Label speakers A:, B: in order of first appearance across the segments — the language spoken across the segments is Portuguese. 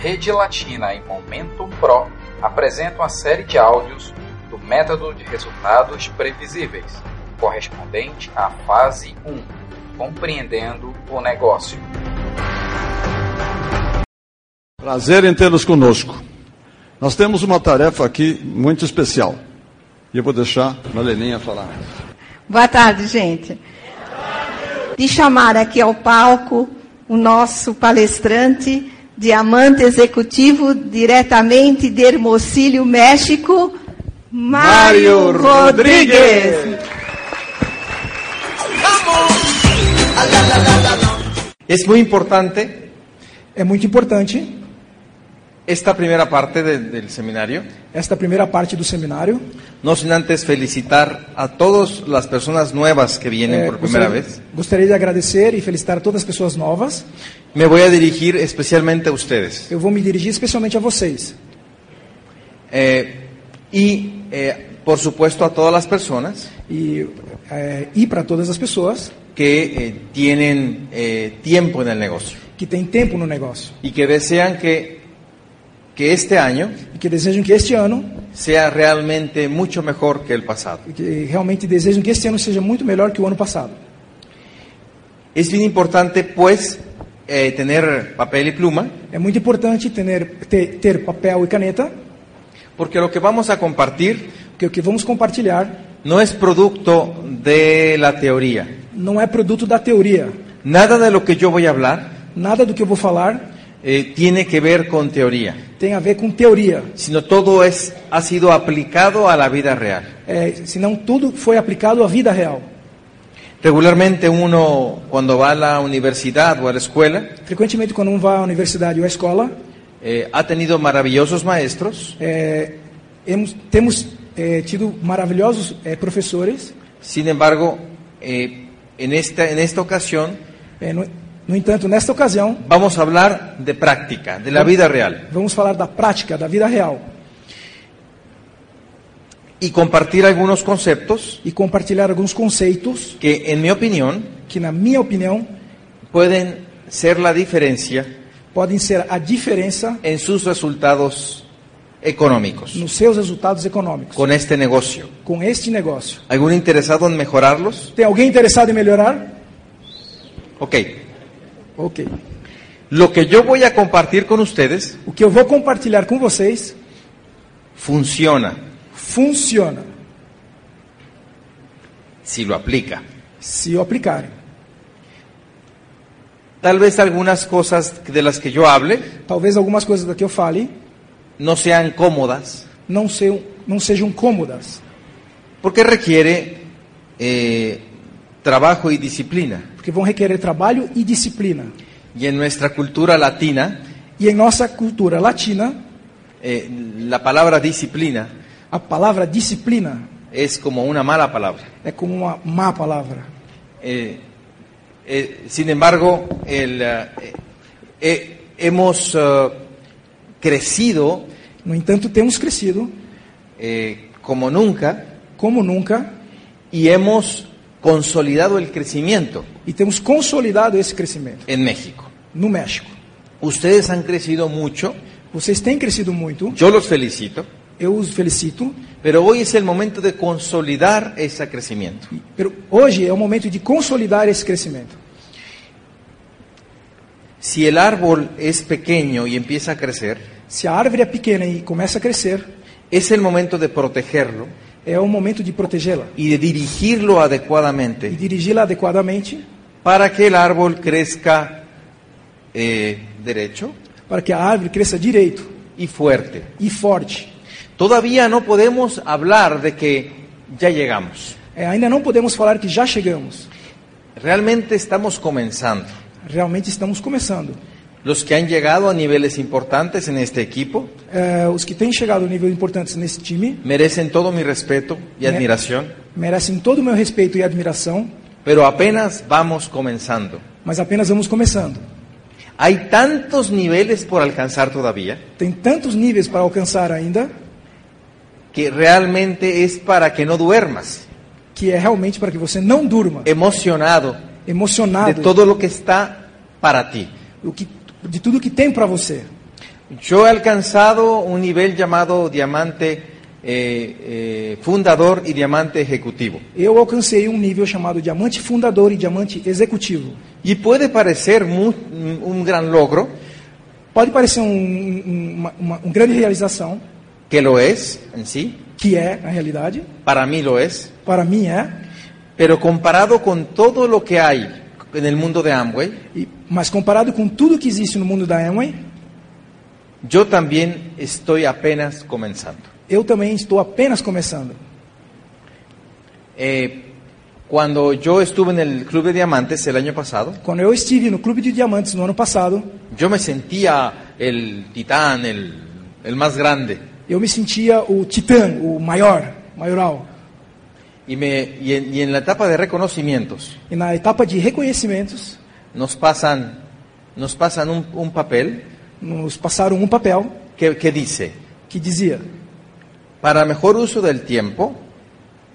A: Rede Latina e Momentum Pro apresentam a série de áudios do Método de Resultados Previsíveis, correspondente à fase 1, compreendendo o negócio.
B: Prazer em tê-los conosco. Nós temos uma tarefa aqui muito especial. E eu vou deixar a Maleninha falar.
C: Boa tarde, gente. De chamar aqui ao palco o nosso palestrante, diamante executivo diretamente de Hermosillo, México, Mário Rodrigues.
D: Es muy importante
E: É muito importante
D: esta primera parte de- del seminario,
E: esta primeira parte do seminário.
D: no sin antes felicitar a todas las personas nuevas que vienen
E: É,
D: por primera
E: gostaria,
D: vez.
E: gostaria de agradecer e felicitar todas as pessoas novas.
D: Me voy a dirigir especialmente a ustedes.
E: Eu vou me dirigir especialmente a vocês
D: Eh, y, eh, por supuesto, a todas las personas
E: e é, e para todas as pessoas
D: que eh, tienen eh, tiempo en el negocio
E: que têm tempo no negócio
D: y que desean que, que este año
E: e que desejam que este ano,
D: sea realmente mucho mejor que el pasado.
E: que realmente desejam que este ano seja muito melhor que o ano passado.
D: Es bien importante, pues, eh, tener papel y pluma,
E: É muito importante ter, ter, ter papel e caneta,
D: porque lo que vamos a compartir
E: porque o que vamos compartilhar
D: no es producto de la teoría.
E: não é produto da teoria.
D: Nada de lo que yo voy a hablar
E: Nada do que eu vou falar
D: eh, tiene que ver con teoría,
E: tem a ver com teoria.
D: sino todo es, ha sido aplicado a la vida real.
E: É, senão tudo foi aplicado à vida real.
D: Regularmente uno cuando va a la universidad o a la escuela
E: Frequentemente, quando um vai à universidade ou à escola,
D: eh, ha tenido maravillosos maestros,
E: é, hemos- temos é, tido maravilhosos é, professores.
D: sin embargo, eh, en, esta, en esta ocasión
E: É, no, no entanto, nesta ocasião,
D: vamos a hablar de práctica, de la vida real,
E: vamos falar da prática, da vida real
D: y compartir algunos conceptos
E: e compartilhar alguns conceitos
D: que, en mi opinión,
E: que, na minha opinião,
D: pueden ser la diferencia
E: podem ser a diferença
D: en sus resultados económicos
E: nos seus resultados econômicos
D: con este negocio.
E: com este negócio.
D: ¿Algún interesado en mejorarlos?
E: Tem alguém interessado em melhorar?
D: Ok.
E: Ok.
D: Lo que yo voy a compartir con ustedes
E: O que eu vou compartilhar com vocês
D: funciona
E: funciona
D: si lo aplica.
E: se eu aplicarem.
D: Tal vez algunas cosas de las que yo hable
E: Talvez algumas coisas da que eu fale
D: no sean cómodas
E: não sejam, não sejam cômodas,
D: porque requiere eh, trabajo y disciplina.
E: porque vão requerer trabalho e disciplina.
D: Y en nuestra cultura latina,
E: E em nossa cultura latina,
D: eh, la palabra disciplina
E: a palavra disciplina
D: es como una mala palabra.
E: é como uma má palavra.
D: Eh, eh, sin embargo, el, eh, eh, hemos eh, crecido
E: No entanto, temos crescido
D: eh, como nunca
E: como nunca
D: y hemos consolidado el crecimiento
E: e temos consolidado esse crescimento
D: en México.
E: no México.
D: Ustedes han crecido mucho,
E: Vocês têm crescido muito,
D: yo los felicito,
E: eu os felicito.
D: pero hoy es el momento de consolidar ese crecimiento.
E: e- pero hoje é o momento de consolidar esse crescimento.
D: Si el árbol es pequeño y empieza a crecer,
E: Se a árvore é pequena e começa a crescer,
D: es el momento de protegerlo
E: é o momento de protegê-la
D: y de dirigirlo
E: e
D: adecuadamente
E: dirigi-la adequadamente
D: para que el árbol crezca eh, derecho
E: para que a árvore cresça direito
D: y fuerte.
E: e forte.
D: Todavía no podemos hablar de que ya llegamos.
E: É, ainda não podemos falar que já chegamos.
D: Realmente estamos comenzando.
E: Realmente estamos começando.
D: Los que han llegado a niveles importantes en este equipo
E: É, os que têm chegado a nível importantes nesse time
D: merecen todo mi respeto y
E: Me-
D: admiración,
E: merecem todo o meu respeito e admiração,
D: pero apenas vamos comenzando.
E: mas apenas vamos começando.
D: Hay tantos niveles por alcanzar todavía
E: Tem tantos níveis para alcançar ainda
D: que realmente es para que no duermas
E: que é realmente para que você não durma
D: emocionado de
E: emocionado
D: todo lo que está para ti.
E: do que, de tudo que tem para você.
D: Yo he alcanzado un nivel llamado diamante eh, eh, fundador y diamante ejecutivo.
E: Eu alcancei um nível chamado diamante fundador e diamante executivo.
D: Y puede parecer mu- un gran logro,
E: Pode parecer um, um- uma, uma um grande realização,
D: que lo es en sí,
E: que é, na realidade,
D: para mí lo es,
E: para mim é,
D: pero comparado con todo lo que hay en el mundo de Amway,
E: e- mas comparado com tudo que existe no mundo da Amway,
D: yo también estoy apenas comenzando.
E: eu também estou apenas começando.
D: Eh, cuando yo estuve en el Club de Diamantes el año pasado,
E: Quando eu estive no Clube de Diamantes no ano passado,
D: yo me sentía el titán, el, el más grande.
E: eu me sentia o titã, o maior, maioral.
D: Y, me, y, en, y en la etapa de reconocimientos
E: E na etapa de reconhecimentos,
D: nos pasan, nos pasan un, un papel
E: nos passaram um papel
D: que, que dice,
E: que dizia,
D: para mejor uso del tiempo,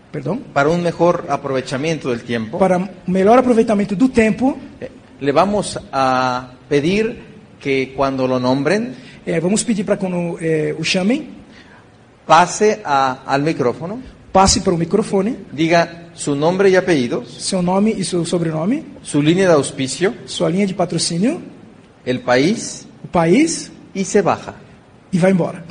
E: perdão,
D: para un mejor aprovechamiento del tiempo,
E: para melhor aproveitamento do tempo,
D: eh, le vamos a pedir que cuando lo nombren
E: eh, vamos pedir para quando eh, o chamem,
D: pase a- al micrófono,
E: passe para o microfone,
D: diga su nombre y apellidos,
E: seu nome e seu sobrenome,
D: su línea de auspicio,
E: sua linha de patrocínio,
D: el país
E: o país
D: y se baja.
E: e vai embora.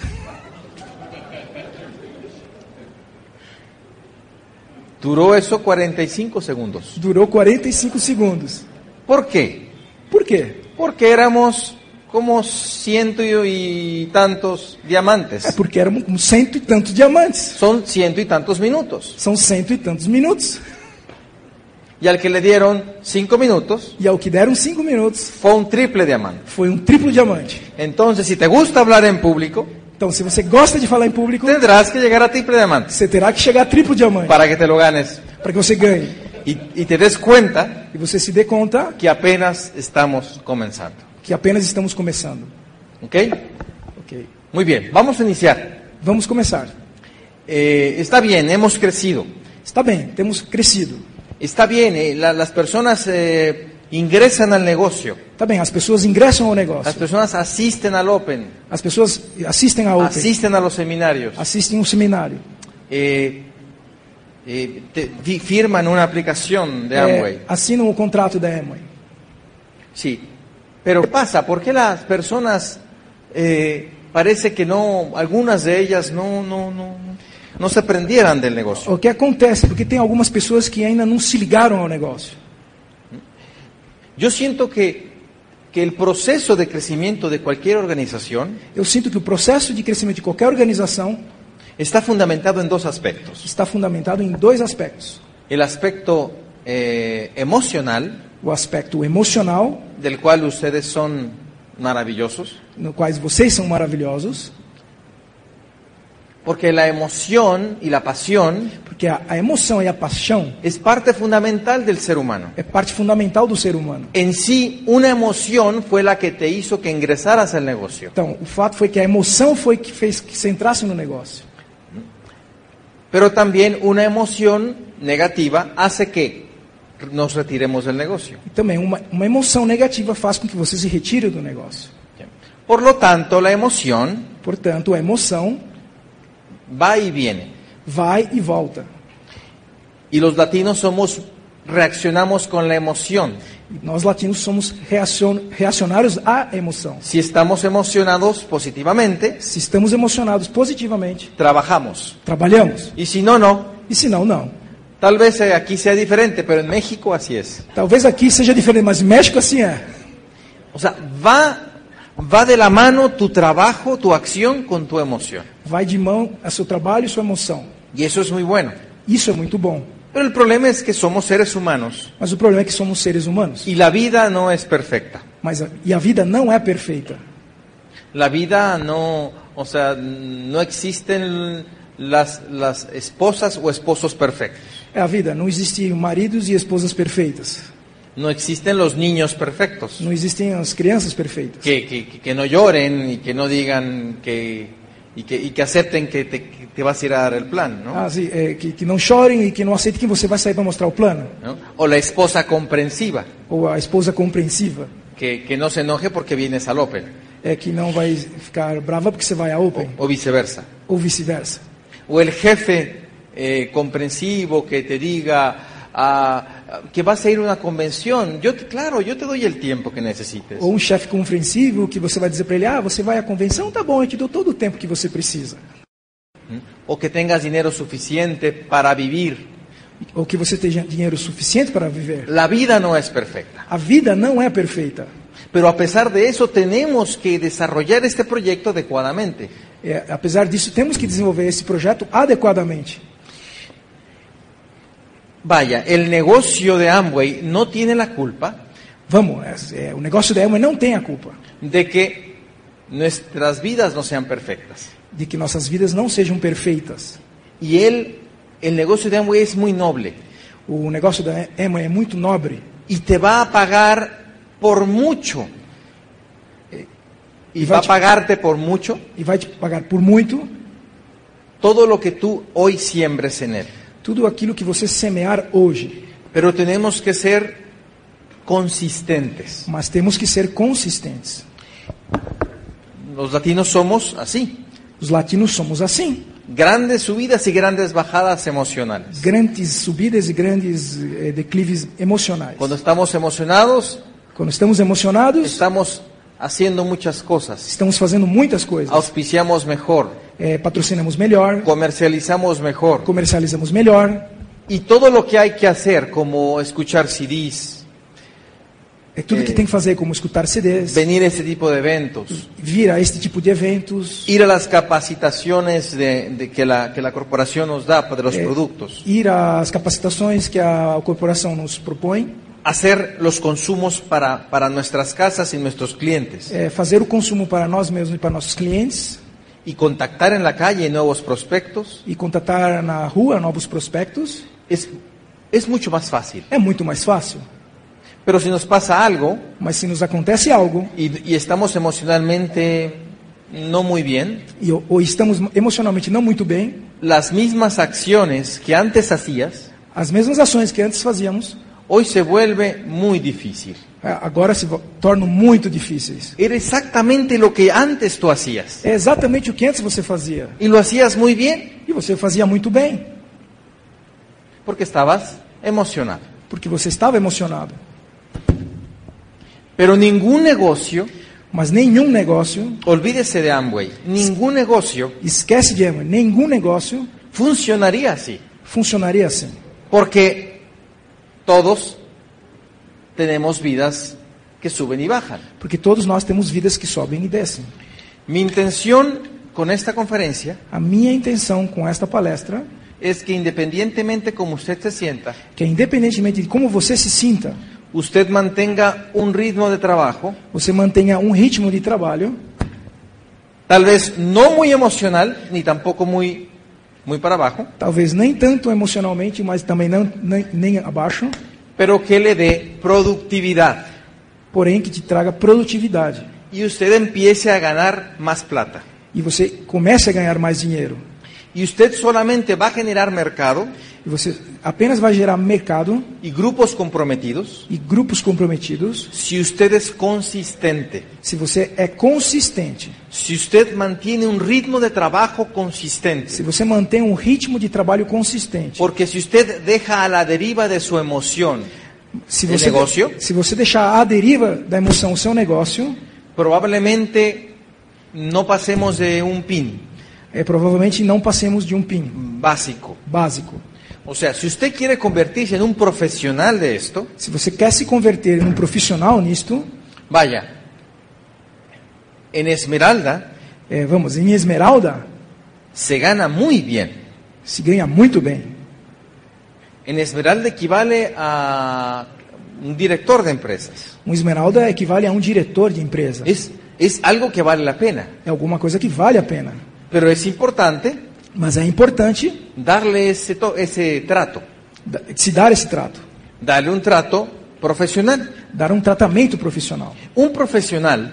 D: Duró eso 45 segundos.
E: Durou 45 segundos.
D: ¿Por qué?
E: Por quê?
D: Porque éramos como ciento y tantos
E: É
D: diamantes.
E: porque eram uns cento e tantos diamantes.
D: Son ciento y tantos minutos.
E: São cento e tantos minutos.
D: Y al que le dieron cinco minutos,
E: E ao que deram cinco minutos,
D: fue un triple diamante.
E: foi um triplo diamante.
D: Entonces, si te gusta hablar en público,
E: Então, se você gosta de falar em público,
D: tendrás que llegar a triple diamante
E: você terá que chegar a triplo diamante
D: para que te lo ganes
E: para que você ganhe.
D: y, y te des cuenta
E: E você se dê conta
D: que apenas estamos comenzando.
E: que apenas estamos começando.
D: ¿Ok?
E: Ok.
D: Muy bien, vamos a iniciar.
E: Vamos começar.
D: Eh, está bien, hemos crecido.
E: Está bem, temos crescido.
D: Está bien, eh, la- las personas eh, ingresan al negocio,
E: Está Tá bem, as pessoas ingressam ao
D: las
E: negócio.
D: personas asisten al Open,
E: As pessoas assistem a outra,
D: asisten a los seminarios,
E: assistem um seminário,
D: eh, eh, te- fi- firman una aplicação de
E: é,
D: Amway.
E: assinam o contrato da Amway.
D: Sí, pero ¿qué pasa? ¿Por qué las personas eh, parece que no, algunas de ellas no, no, no, no se prendieran del negocio?
E: O que acontece? Porque tem algumas pessoas que ainda não se ligaram ao negócio.
D: Yo siento que, que el proceso de crecimiento de cualquier organización
E: Eu sinto que o processo de crescimento de qualquer organização
D: está fundamentado en dos aspectos.
E: está fundamentado em dois aspectos:
D: El aspecto eh, emocional,
E: o aspecto emocional,
D: del cual ustedes son maravillosos,
E: no quais vocês são maravilhosos,
D: porque la emoción y la pasión
E: porque a, a emoção e a paixão
D: es parte fundamental del ser humano.
E: é parte fundamental do ser humano.
D: En sí, una emoción fue la que te hizo que ingresaras al negocio.
E: Então, o fato foi que a emoção foi que fez que você entrasse no negócio.
D: Pero también una emoción negativa hace que nos retiremos del negocio.
E: E também uma, uma emoção negativa faz com que você se retire do negócio.
D: Por lo tanto, la emoción
E: Portanto, a emoção
D: va y viene.
E: vai e volta.
D: Y los latinos somos, reaccionamos con la emoción.
E: E nós latinos somos reacion, reacionários à emoção.
D: Si estamos emocionados positivamente,
E: Se estamos emocionados positivamente,
D: trabajamos.
E: trabalhamos.
D: Y si no, no.
E: E se não, não.
D: Tal vez eh, aquí sea diferente, pero en México así es.
E: Talvez aqui seja diferente, mas em México assim é.
D: O sea, va, va de la mano tu trabajo, tu acción con tu emoción.
E: Vai de mão a seu trabalho e sua emoção.
D: Y eso es muy bueno.
E: Isso é muito bom.
D: Pero el problema es que somos seres humanos
E: Mas o problema é que somos seres humanos.
D: y la vida no es perfecta.
E: Mas a, e a vida não é perfeita.
D: La vida no, o sea, no existen las, las esposas o esposos perfectos.
E: É a vida. Não existem maridos e esposas perfeitas.
D: No existen los niños perfectos
E: Não existem as crianças perfeitas.
D: que, que, que- que no lloren y que no digan que y que, y que acepten que te, que te vas a ir a dar el plan, ¿no?
E: Ah, sim, é, que, que não chorem e que não aceitem que você vai sair para mostrar o plano.
D: ¿No? O la esposa comprensiva
E: Ou a esposa compreensiva,
D: que, que no se enoje porque vienes al Open.
E: é, que não vai ficar brava porque você vai à Open,
D: o viceversa.
E: ou vice-versa.
D: O el jefe eh, comprensivo que te diga ah, que vas a ir a una convención. Yo, te- claro, yo te doy el tiempo que necesites.
E: Ou um chefe compreensível que você vai dizer para ele: ah, você vai à convenção? Tá bom, eu te dou todo o tempo que você precisa.
D: O que tengas dinero suficiente para vivir.
E: Ou que você tenha dinheiro suficiente para viver.
D: La vida no es perfecta.
E: A vida não é perfeita.
D: Pero a pesar de eso, tenemos que desarrollar este proyecto adecuadamente.
E: É, apesar disso, temos que desenvolver esse projeto adequadamente.
D: Vaya, el negocio de Amway no tiene la culpa
E: Vamos, é, é, o negócio da Elma não tem a culpa
D: de que nuestras vidas no sean perfectas.
E: de que nossas vidas não sejam perfeitas.
D: Y él, el negocio de Amway es muy noble
E: O negócio da Emma é muito nobre
D: y te va a pagar por mucho. Eh, Y va a pagarte por mucho
E: e vai te pagar por muito
D: todo lo que tú hoy siembres en él.
E: tudo aquilo que você semear hoje.
D: Pero tenemos que ser consistentes.
E: Mas temos que ser consistentes.
D: Los latinos somos así.
E: Os latinos somos assim.
D: Grandes subidas y grandes bajadas emocionales.
E: Grandes subidas e grandes eh, declives emocionais.
D: Cuando estamos emocionados,
E: Quando estamos emocionados,
D: estamos haciendo muchas cosas.
E: estamos fazendo muitas coisas.
D: Auspiciamos mejor,
E: Eh, patrocinamos melhor,
D: comercializamos mejor.
E: comercializamos melhor.
D: Y todo lo que hay que hacer, como escuchar CDs,
E: É tudo que tem que fazer, como escutar CDs,
D: venir a este tipo de eventos,
E: vir a este tipo de eventos,
D: ir a las capacitaciones de, de que, la, que la corporación nos da de los productos,
E: ir às capacitações que a corporação nos propõe,
D: hacer los consumos para, para nuestras casas y nuestros clientes,
E: eh, fazer o consumo para nós mesmos e para nossos clientes,
D: y contactar en la calle nuevos prospectos,
E: e contatar na rua novos prospectos,
D: es, es mucho más fácil.
E: é muito mais fácil.
D: Pero si nos pasa algo,
E: Mas se nos acontece algo,
D: y, y estamos emocionalmente no muy bien,
E: e, ou ou estamos emocionalmente não muito bem,
D: las mismas acciones que antes hacías,
E: as mesmas ações que antes fazíamos,
D: hoy se vuelve muy difícil.
E: eh, agora se vo- tornam muito difíceis.
D: Era exactamente lo que antes tú hacías.
E: É exatamente o que antes você fazia.
D: Y lo hacías muy bien
E: E você fazia muito bem,
D: porque estabas emocionado.
E: porque você estava emocionado.
D: Pero ningún negocio,
E: Mas nenhum negócio,
D: olvídese de Amway, ningún negocio
E: esquece de Emma, nenhum negócio
D: funcionaría así.
E: funcionaria assim.
D: Porque todos tenemos vidas que suben y bajan.
E: Porque todos nós temos vidas que sobem e descem.
D: Mi intención con esta conferencia
E: A minha intenção com esta palestra
D: es que independientemente como usted se sienta,
E: que é independentemente de como você se sinta,
D: usted mantenga un ritmo de trabajo,
E: você mantenha um ritmo de trabalho,
D: tal vez no muy emocional, ni tampoco muy, muy para abajo,
E: talvez nem tanto emocionalmente, mas também não, nem, nem abaixo,
D: pero que le dé productividad
E: porém que te traga produtividade
D: y usted empiece a ganar más plata.
E: e você comece a ganhar mais dinheiro.
D: Y usted solamente va a generar mercado
E: E você apenas vai gerar mercado
D: y grupos comprometidos
E: e grupos comprometidos
D: si usted es consistente,
E: se você é consistente,
D: si usted mantiene un ritmo de trabajo
E: se
D: consistente.
E: você mantém um ritmo de trabalho consistente.
D: Porque si usted deja a la deriva de su emoción,
E: Se
D: de
E: você,
D: negócio?
E: se você deixar à deriva da emoção o seu negócio,
D: probablemente no pasemos de un pin
E: é, provavelmente não passemos de um PIN
D: básico.
E: básico.
D: O sea, si usted quiere convertirse en un profesional de esto,
E: Se você quer se converter num profissional nisto,
D: vaya, en Esmeralda
E: é, vamos, em Esmeralda
D: se gana muy bien.
E: se ganha muito bem.
D: En Esmeralda equivale a un director de empresas.
E: Um Esmeralda equivale a um diretor de empresa.
D: Es, es algo que vale la pena,
E: É alguma coisa que vale a pena.
D: pero es importante
E: Mas é importante
D: darle ese, to- esse trato,
E: da- se dar esse trato,
D: darle un trato profesional.
E: dar um tratamento profissional.
D: Un profesional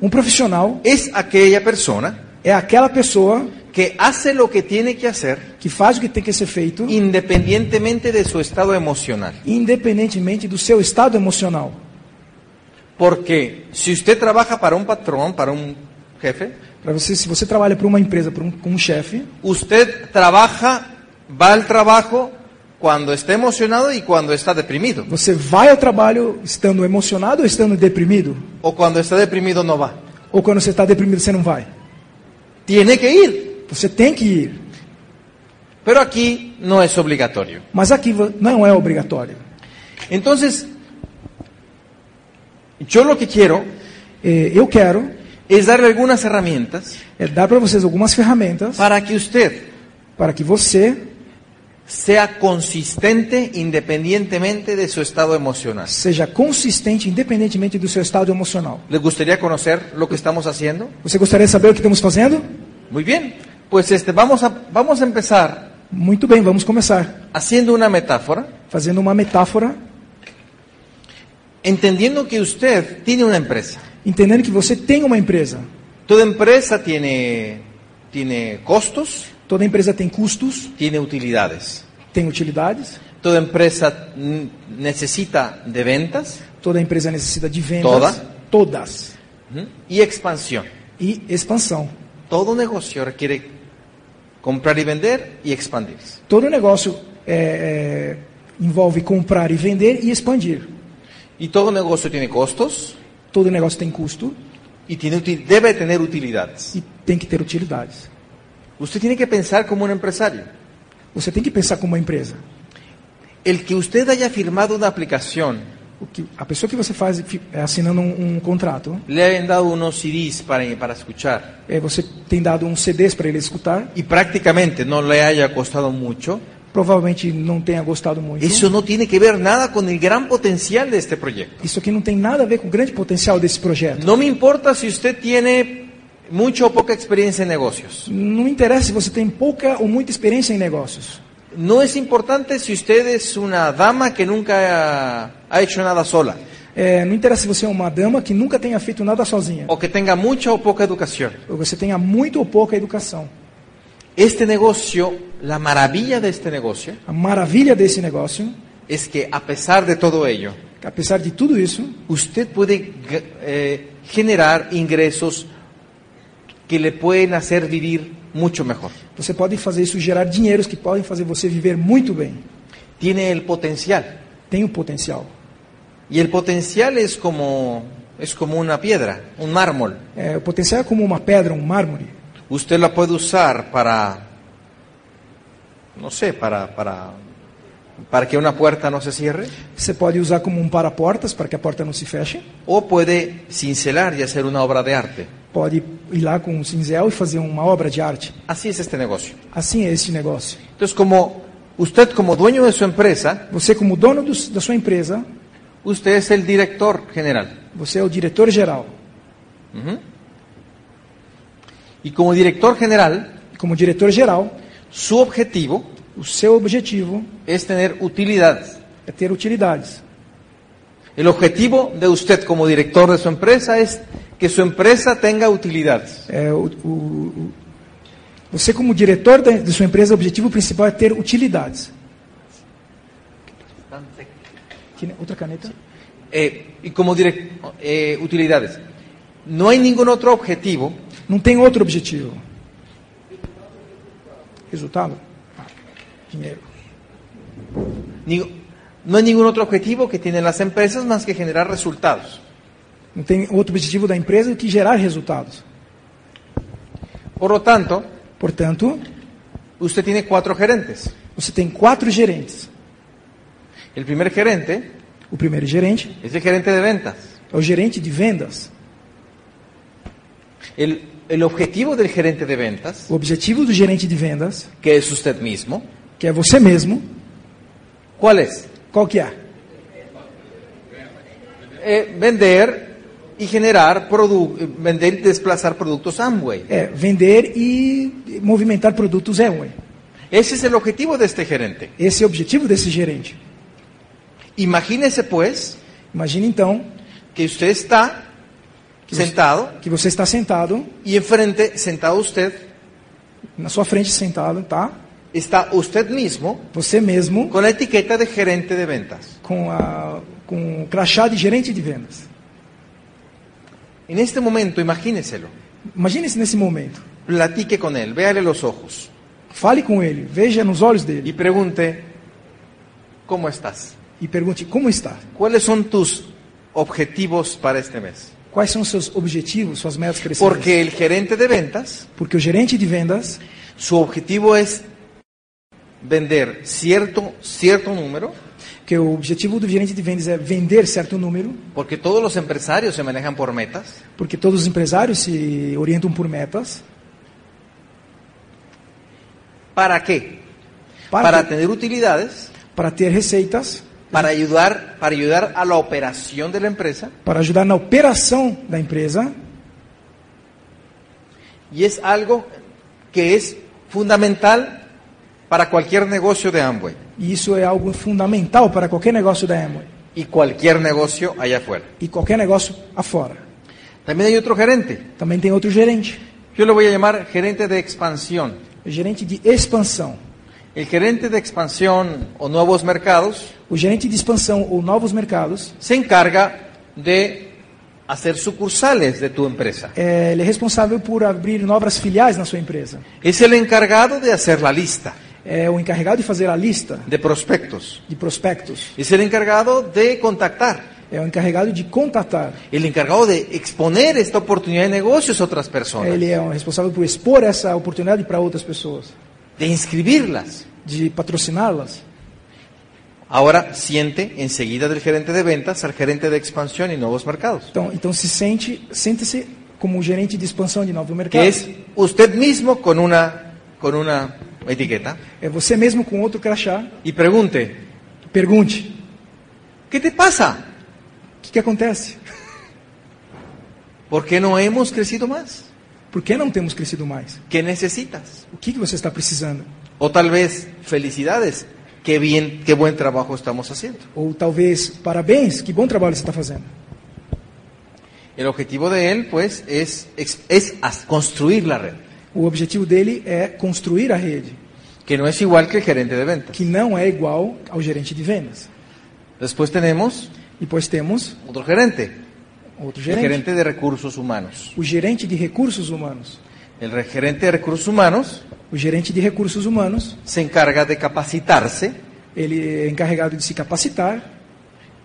E: Um profissional
D: es aquella persona
E: é aquela pessoa
D: que hace lo que tiene que hacer
E: que faz o que tem que ser feito,
D: independientemente de su estado emocional.
E: independentemente do seu estado emocional.
D: Porque si usted trabaja para un patrón, para un jefe,
E: Para você, se você trabalha para uma empresa, para um, com um chefe,
D: usted trabaja, va al trabajo cuando está emocionado y cuando está deprimido.
E: você vai ao trabalho estando emocionado ou estando deprimido?
D: O cuando está deprimido no va.
E: Ou quando você está deprimido você não vai?
D: Tiene que ir.
E: Você tem que ir,
D: Pero aquí no es obligatorio.
E: mas aqui vo- não é obrigatório.
D: Entonces, yo lo que quiero
E: Eh, eu quero
D: es darle algunas herramientas
E: é dar para vocês algumas ferramentas
D: para que usted
E: para que você
D: sea consistente independientemente de su estado emocional.
E: seja consistente, independentemente do seu estado emocional.
D: ¿Les gustaría conocer lo que estamos haciendo?
E: Você gostaria de saber o que estamos fazendo?
D: Muy bien. Pues este, vamos, a, vamos a empezar
E: Muito bem, vamos começar
D: haciendo una metáfora,
E: fazendo uma metáfora,
D: entendiendo que usted tiene una empresa.
E: entendendo que você tem uma empresa.
D: Toda empresa tiene, tiene costos,
E: Toda empresa tem custos,
D: tiene utilidades.
E: tem utilidades,
D: Toda empresa mm, necesita de ventas
E: toda empresa necessita de vendas,
D: Toda?
E: todas,
D: ¿m? y expansión.
E: e expansão.
D: Todo negocio requiere comprar y vender y expandirse.
E: Todo negócio é, é, envolve comprar e vender e expandir.
D: Y todo negocio tiene costos
E: Todo negócio tem custo
D: y tiene util- debe tener utilidades.
E: e tem que ter utilidades.
D: Usted tiene que pensar como un empresario.
E: Você tem que pensar como uma empresa.
D: El que usted haya firmado una aplicação,
E: O que, a pessoa que você faz fi- é, assinando um, um contrato,
D: le hayan dado unos CDs para, para escuchar
E: é, você tem dado uns CDs para ele escutar,
D: y prácticamente no le haya costado mucho,
E: provavelmente não tenha gostado muito.
D: eso no tiene que ver nada con el gran potencial de este proyecto.
E: Isso aqui não tem nada a ver com o grande potencial desse projeto.
D: No me importa si usted tiene mucha o poca experiencia en negocios.
E: Não interessa se você tem pouca ou muita experiência em negócios.
D: No es importante si usted es una dama que nunca ha- ha hecho nada sola
E: É, não interessa se você é uma dama que nunca tenha feito nada sozinha.
D: o que tenga mucha o poca educación.
E: Ou você tenha muito ou pouca educação.
D: Este negocio, la maravilla de este negocio,
E: A maravilha desse negócio,
D: es que a pesar de todo ello,
E: que apesar de tudo isso,
D: usted puede g- eh, generar ingresos que le pueden hacer vivir mucho mejor.
E: você pode fazer isso gerar dinheiros que podem fazer você viver muito bem.
D: Tiene el potencial.
E: Tem o potencial.
D: Y el potencial es como, es como una piedra, un mármol.
E: É, o potencial é como uma pedra, um mármore.
D: Usted la puede usar para, no sé, para, para, para que una puerta no se cierre.
E: Você pode usar como um para-portas para que a porta não se feche.
D: O puede cincelar y hacer una obra de arte.
E: Pode ir lá com um cinzel e fazer uma obra de arte.
D: Así es este negocio.
E: Assim é este negócio.
D: Entonces, como usted como dueño de su empresa,
E: Você, como dono dos- da sua empresa,
D: usted es el director general.
E: você é o diretor geral.
D: Y como director general,
E: Como diretor geral,
D: su objetivo
E: o seu objetivo
D: es tener utilidades.
E: é ter utilidades.
D: El objetivo de usted como director de su empresa es que su empresa tenga utilidades.
E: É, o, o- o- você, como diretor da, de sua empresa, o objetivo principal é ter utilidades. Tinha outra caneta?
D: Eh, y como direc- eh, utilidades. No hay ningún otro objetivo
E: Não tem outro objetivo. Resultado? Ah, Dinheiro.
D: Ni- no hay ningún otro objetivo que tienen las empresas más que generar resultados.
E: Não tem outro objetivo da empresa do que gerar resultados.
D: Por lo tanto,
E: Portanto,
D: usted tiene cuatro gerentes.
E: você tem quatro gerentes.
D: El primer gerente
E: O primeiro gerente
D: es el gerente de ventas.
E: é o gerente de vendas.
D: El, el objetivo del gerente de ventas,
E: O objetivo do gerente de vendas,
D: que es usted mismo,
E: que é você mesmo,
D: ¿cuál es?
E: qual que é?
D: Eh, vender y generar produ- eh, vender y desplazar productos Amway.
E: É vender e movimentar produtos é um.
D: Ese es el objetivo de este gerente.
E: Esse é o objetivo desse gerente.
D: Imagínese pues
E: Imagine então
D: que usted está sentado
E: que você está sentado,
D: y enfrente, sentado usted,
E: na sua frente sentado, tá?
D: está usted mismo
E: Você mesmo
D: con la etiqueta de gerente de ventas.
E: com a com o crachá de gerente de vendas.
D: En este momento, imagíneselo.
E: Imagine-se nesse momento.
D: Platique con él, véale los ojos
E: Fale com ele, veja nos olhos
D: y
E: dele
D: pregunte, ¿cómo estás?
E: e pergunte como está.
D: ¿Cuáles son tus objetivos para este mes?
E: Quais são os seus objetivos, suas metas para esse mês?
D: Porque el gerente de ventas,
E: Porque o gerente de vendas,
D: su objetivo es vender cierto, cierto número,
E: que o objetivo do gerente de vendas é vender certo número,
D: porque todos los empresarios se manejan por metas,
E: porque todos os empresários se orientam por metas.
D: ¿para quê?
E: Para
D: para
E: qué?
D: tener utilidades,
E: para ter receitas,
D: para ayudar, para ayudar a la operación de la empresa
E: para ajudar na operação da empresa.
D: y es algo que es fundamental para cualquier negocio de Amway
E: E isso é algo fundamental para qualquer negócio da Amway
D: y cualquier negocio allá afuera.
E: e qualquer negócio afora.
D: También hay otro gerente.
E: Também tem outro gerente,
D: Yo lo voy a llamar gerente de expansión.
E: o gerente de expansão.
D: El gerente de expansión o nuevos mercados
E: O gerente de expansão ou novos mercados,
D: se encarga de hacer sucursales de tu empresa.
E: é, ele é responsável por abrir novas filiais na sua empresa.
D: Es el encargado de hacer la lista
E: É o encarregado de fazer a lista
D: de prospectos.
E: de prospectos.
D: Es el encargado de contactar.
E: É o encarregado de contatar.
D: El encargado de exponer esta oportunidad de negocios a otras personas.
E: Ele é o responsável por expor essa oportunidade para outras pessoas,
D: De inscribirlas.
E: de patrociná-las.
D: Ahora siente enseguida del gerente de ventas al gerente de expansión y nuevos mercados.
E: Então, então se sente, sente-se como o gerente de expansão de novo mercado.
D: Que es usted mismo con una, con una etiqueta.
E: É você mesmo com outro crachá.
D: Y pregunte,
E: Pergunte:
D: ¿qué te pasa?
E: o que, que acontece?
D: ¿Por qué no hemos crecido más?
E: Por que não temos crescido mais?
D: ¿Qué necesitas?
E: O que, que você está precisando?
D: O tal vez, felicidades, qué bien, qué buen trabajo estamos haciendo.
E: Ou talvez, parabéns, que bom trabalho você está fazendo.
D: El objetivo de él, pues, es, ex- es as- construir la red,
E: O objetivo dele é construir a rede,
D: que no es igual que el gerente de ventas.
E: que não é igual ao gerente de vendas.
D: Después tenemos
E: Depois temos
D: otro gerente,
E: outro
D: el
E: gerente,
D: gerente de recursos humanos.
E: o gerente de recursos humanos.
D: El re- gerente de recursos humanos
E: O gerente de recursos humanos,
D: se encarga de capacitarse
E: ele é encarregado de se capacitar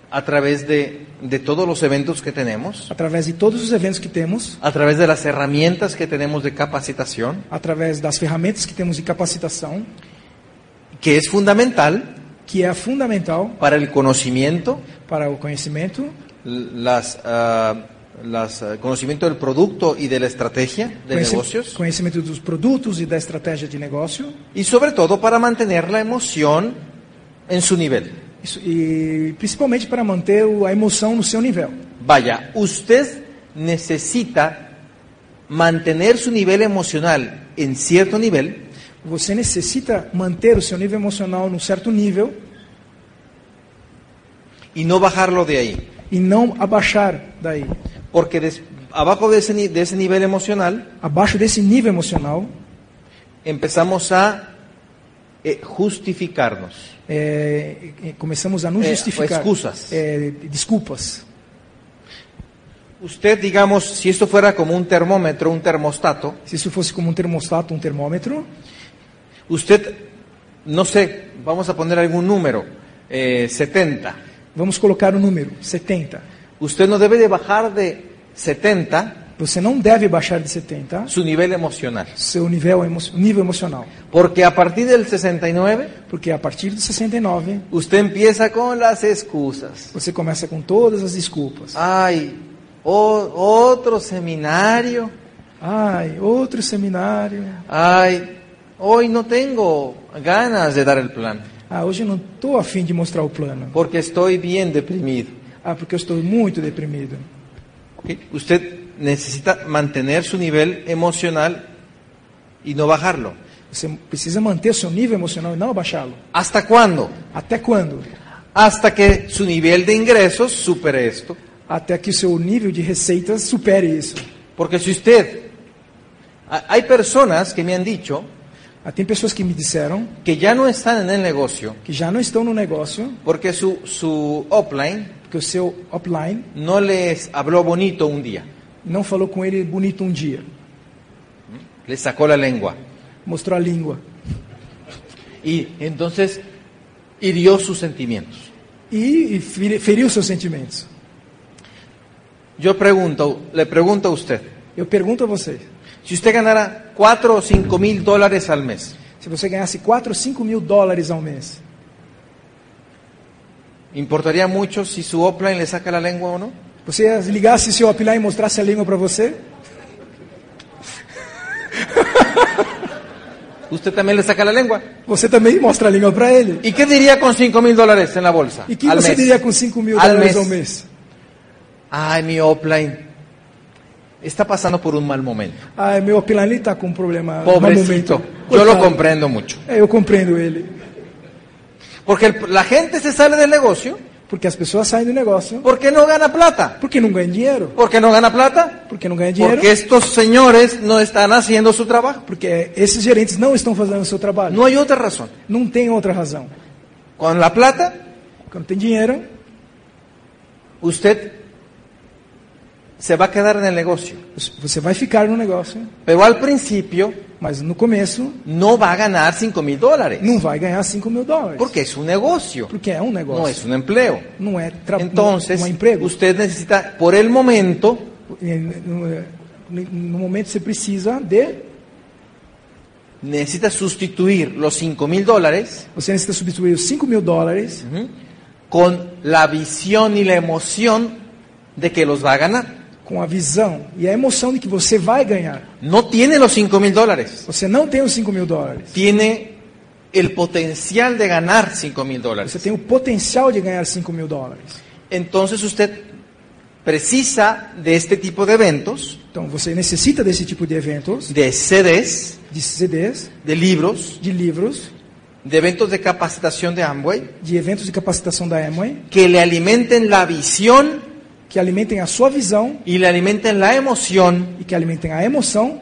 D: a través de, de todos los eventos que tenemos,
E: através de todos os eventos que temos,
D: a través de las herramientas que tenemos de capacitación,
E: através das ferramentas que temos de capacitação,
D: que es fundamental
E: que é fundamental
D: para el conocimiento,
E: para o conhecimento,
D: l- las, ah, las, ah, conocimiento del producto y de la estrategia de
E: conhece-
D: negocios,
E: conhecimento dos produtos e da estratégia de negócio,
D: y sobre todo para mantener la emoción en su nivel.
E: isso- e principalmente para manter o- a emoção no seu nível.
D: Vaya, usted necesita mantener su nivel emocional en cierto nivel
E: Você necessita manter o seu nível emocional num certo nível
D: y no bajarlo de ahí,
E: e não abaixar daí.
D: porque des- abajo de ese, ni- de ese nivel emocional
E: Abaixo desse nível emocional,
D: empezamos a eh, justificarnos.
E: é, e- e começamos a nos
D: É,
E: justificar.
D: excusas.
E: É, desculpas.
D: Usted, digamos, si esto fuera como un termómetro, un termostato,
E: Se isso fosse como um termostato, um termômetro,
D: Usted, no sé, vamos a poner algún número, eh, 70.
E: vamos colocar o número 70.
D: Usted no debe de bajar de 70
E: Você não deve baixar de 70
D: su nivel emocional,
E: seu nível, emo nível emocional,
D: porque a partir del 69
E: porque é a partir de 69
D: usted empieza con las excusas.
E: você começa com todas as desculpas.
D: Ay, o- otro seminario.
E: Ai, outro seminário.
D: Ay, hoy no tengo ganas de dar el plan,
E: Ah, hoje eu não estou afim de mostrar o plano.
D: porque estoy bien deprimido.
E: Ah, porque eu estou muito deprimido.
D: ¿Ok? Usted necesita mantener su nivel emocional y no bajarlo.
E: Você precisa manter seu nível emocional e não abaixá-lo.
D: ¿Hasta cuándo?
E: Até quando?
D: Hasta que su nivel de ingresos supere esto.
E: Até que o seu nível de receitas supere isso.
D: Porque si usted... a- Hay personas que me han dicho
E: Ah, tem pessoas que me disseram
D: que ya no están en el negocio
E: que já não estão no negócio
D: porque su, su offline
E: porque o seu upline
D: no les habló bonito un día.
E: não falou com ele bonito um dia,
D: Le sacó la lengua.
E: mostrou a língua
D: Y entonces hirió sus sentimientos.
E: e e feri- feriu seus sentimentos.
D: Yo pregunto, le pregunto a usted,
E: Eu pergunto a você,
D: si usted ganara 4 o 5 mil dólares al mes
E: se você ganhasse 4 ou 5 mil dólares ao mês,
D: ¿Importaría mucho si su Opline le saca la lengua o no?
E: você ligasse seu app lá e mostrasse a língua para você?
D: ¿Usted también le saca la lengua?
E: Você também mostra a língua para ele.
D: ¿Y qué diría con 5 mil dólares en la bolsa?
E: E que
D: al
E: você
D: mes?
E: diria com 5 mil
D: Al
E: dólares
D: mes.
E: ao mês?
D: Ay, mi Opline está pasando por un mal momento.
E: Ah, meu Opline está com um problema. mau
D: Pobrecito.
E: momento. Pues
D: Yo lo
E: Coitado.
D: comprendo mucho.
E: É, eu compreendo ele.
D: Porque el- la gente se sale del negocio
E: Porque as pessoas saem do negócio
D: porque no gana plata.
E: porque não ganham dinheiro.
D: Porque no gana plata.
E: Porque não ganha dinheiro.
D: Porque estos señores no están haciendo su trabajo.
E: Porque esses gerentes não estão fazendo o seu trabalho.
D: No hay otra razón.
E: Não tem outra razão.
D: Con la plata,
E: Quando tem dinheiro,
D: usted se va a quedar en el negocio.
E: você vai ficar no negócio,
D: Pero al principio
E: mas no começo
D: no va a ganar 5 mil dólares.
E: não vai ganhar 5 mil dólares.
D: Porque es un negocio,
E: Porque é um
D: no
E: negócio.
D: es un empleo.
E: Não é, tra...
D: Entonces,
E: não é emprego.
D: usted necesita, por el momento,
E: É, não é- No momento você precisa de.
D: necesita sustituir los 5 mil dólares
E: Você necessita substituir os 5 mil dólares
D: ujú, con la visión y la emoción de que los va a ganar.
E: com a visão e a emoção de que você vai ganhar.
D: No tiene los 5 mil dólares,
E: Você não tem os 5 mil dólares.
D: tiene el potencial de ganar 5 mil
E: Você
D: dólares.
E: tem o potencial de ganhar 5 mil dólares.
D: Entonces usted precisa de este tipo de eventos,
E: Então você necessita desse tipo de eventos,
D: de CDs,
E: de CDs,
D: de libros,
E: de livros,
D: de eventos de capacitación de Amway,
E: de eventos de capacitação da Amway,
D: que le alimenten la visión
E: que alimentem a sua visão
D: y le alimenten la emoción
E: e que alimentem a emoção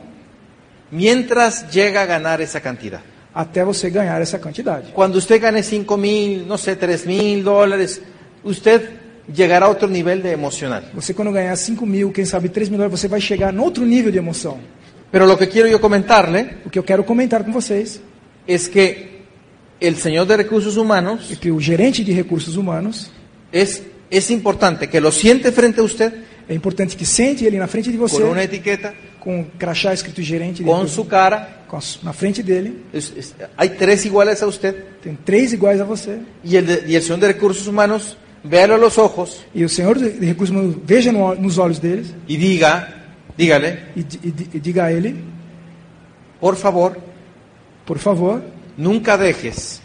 D: mientras llega a ganar esa cantidad.
E: até você ganhar essa quantidade.
D: Cuando usted gane 5 mil, no sé, 3 mil dólares, usted llegará a otro nivel de emocional.
E: Você quando ganhar 5 mil, quem sabe 3 mil dólares, você vai chegar em outro nível de emoção.
D: Pero lo que quiero yo comentarle
E: O que eu quero comentar com vocês
D: es que el señor de recursos humanos
E: é que o gerente de recursos humanos
D: es, es importante que lo siente frente a usted
E: é importante que sente ele na frente de você
D: con una etiqueta,
E: com o crachá escrito gerente de
D: con
E: recursos-
D: su cara.
E: com a su- na frente dele.
D: Es- es- hay tres iguales a usted
E: Tem três iguais a você.
D: y el, de- y el señor de recursos humanos véalo a los ojos
E: E o senhor de de recursos humanos veja no- nos olhos deles
D: y diga, dígale,
E: e, di- e di- e diga a ele,
D: por favor,
E: por favor,
D: nunca dejes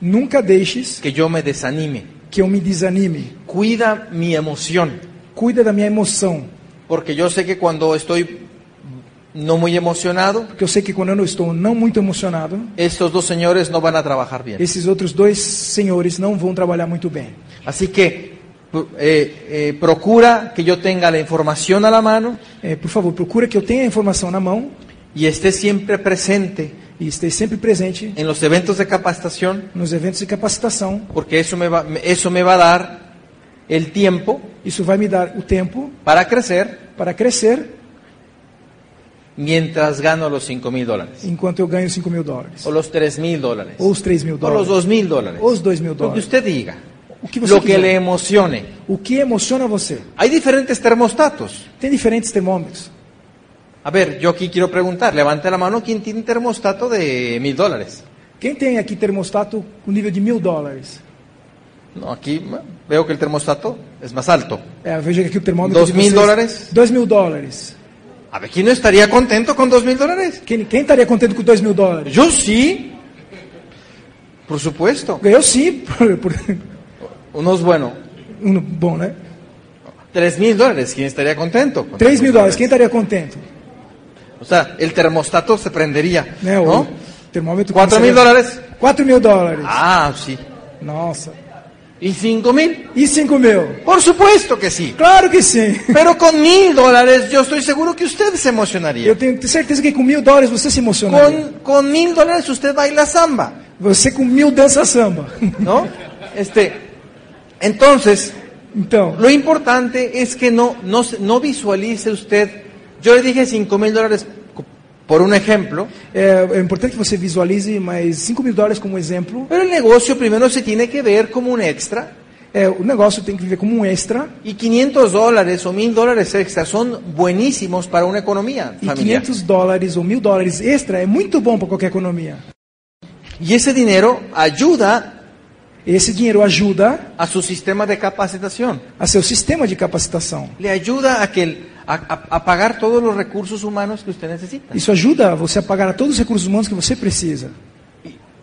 E: nunca deixes
D: que yo me desanime.
E: que eu me desanime.
D: Cuida mi emoción.
E: Cuida da minha emoção,
D: Porque yo sé que cuando estoy no muy emocionado,
E: porque eu sei que quando eu não estou não muito emocionado,
D: estos dos señores no van a trabajar bien.
E: esses outros dois senhores não vão trabalhar muito bem.
D: Así que pu- eh, eh, procura que yo tenga la información a la mano
E: É, por favor, procura que eu tenha a informação na mão
D: y esté siempre presente
E: e esteja sempre presente
D: en los eventos de capacitación,
E: nos eventos de capacitação.
D: porque eso me va, me- eso me va a dar el tiempo
E: Isso vai me dar o tempo
D: para crecer
E: para crescer
D: mientras gano los 5 mil dólares,
E: enquanto eu ganho 5 mil dólares.
D: o los 3 mil dólares,
E: Ou os 3 mil
D: o los
E: dólares.
D: 2 mil dólares,
E: Ou os 2 mil
D: lo que
E: dólares.
D: usted diga,
E: O que você
D: lo que
E: quiser.
D: le emocione.
E: O que emociona você?
D: Hay diferentes termostatos.
E: Tem diferentes termômetros.
D: A ver, yo aquí quiero preguntar, levante la mano quien tiene termostato de mil dólares.
E: Quem tem aqui termostato com nível de mil dólares?
D: No, aquí ma, veo que el termostato es más alto.
E: É, eu vejo aqui o termômetro.
D: Dois
E: de
D: mil
E: vocês.
D: dólares?
E: Dois mil dólares.
D: A ver, ¿quién no estaría contento con dos mil dólares?
E: Quem, quem estaria contente com dois mil dólares?
D: Yo sí. Por supuesto.
E: Eu sim. Por, por,
D: Unos, bueno,
E: um, bom, né?
D: tres mil dólares. ¿Quién estaría contento? con
E: Três
D: $3,000?
E: mil dólares. Quem estaria contente?
D: O sea, el termostato se prendería,
E: Né,
D: ¿no?
E: O termômetro.
D: ¿Cuatro mil dólares?
E: Quatro mil dólares.
D: Ah, sí.
E: Nossa.
D: ¿Y cinco mil?
E: E cinco mil?
D: Por supuesto que sí.
E: Claro que sim.
D: Pero con mil dólares yo estoy seguro que usted se emocionaria.
E: Eu tenho certeza que com mil dólares você se emocionaria.
D: Con, con mil dólares usted baila samba,
E: Você com mil dança samba.
D: ¿no? Este, entonces,
E: Então,
D: Lo importante es que no, no, se- no visualice usted, yo le dije 5 mil dólares co- por un ejemplo,
E: é, é importante que você visualize mais 5 mil dólares como exemplo.
D: pero el negocio primero se tiene que ver como un extra
E: É, o negócio tem que viver como um extra.
D: y 500 dólares o 1000 dólares extra son buenísimos para una economía
E: E
D: familiar.
E: 500 dólares ou mil dólares extra é muito bom para qualquer economia.
D: Y ese dinero ayuda
E: Esse dinheiro ajuda
D: a su sistema de capacitación,
E: a seu sistema de capacitação.
D: le ayuda a, que el- a- a- a pagar todos los recursos humanos que usted necesita.
E: Isso ajuda você a pagar todos os recursos humanos que você precisa.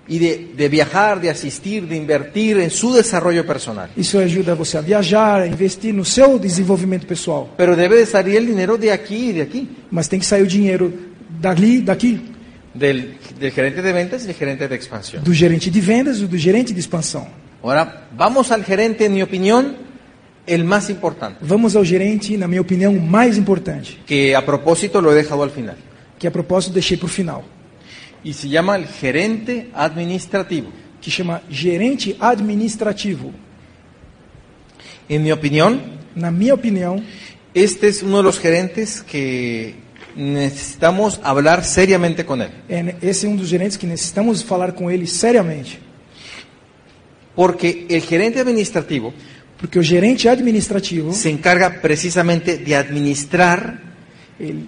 D: y de, de viajar, de asistir, de invertir en su desarrollo personal.
E: Isso ajuda você a viajar, a investir no seu desenvolvimento pessoal.
D: Pero debe de salir el dinero de aquí y de aquí,
E: Mas tem que sair o dinheiro dali, daqui,
D: del, del gerente de ventas y del gerente de expansión.
E: do gerente de vendas e do gerente de expansão.
D: Ahora, vamos al gerente, en mi opinión, el más importante,
E: Vamos ao gerente, na minha opinião, o mais importante,
D: que a propósito lo he dejado al final,
E: que a propósito deixei para o final,
D: y se llama el gerente administrativo.
E: que chama gerente administrativo.
D: En mi opinión,
E: Na minha opinião,
D: este es uno de los gerentes que necesitamos hablar seriamente con él.
E: é- esse é um dos gerentes que necessitamos falar com ele seriamente,
D: Porque el gerente administrativo
E: porque o gerente administrativo,
D: se encarga precisamente de administrar
E: ele,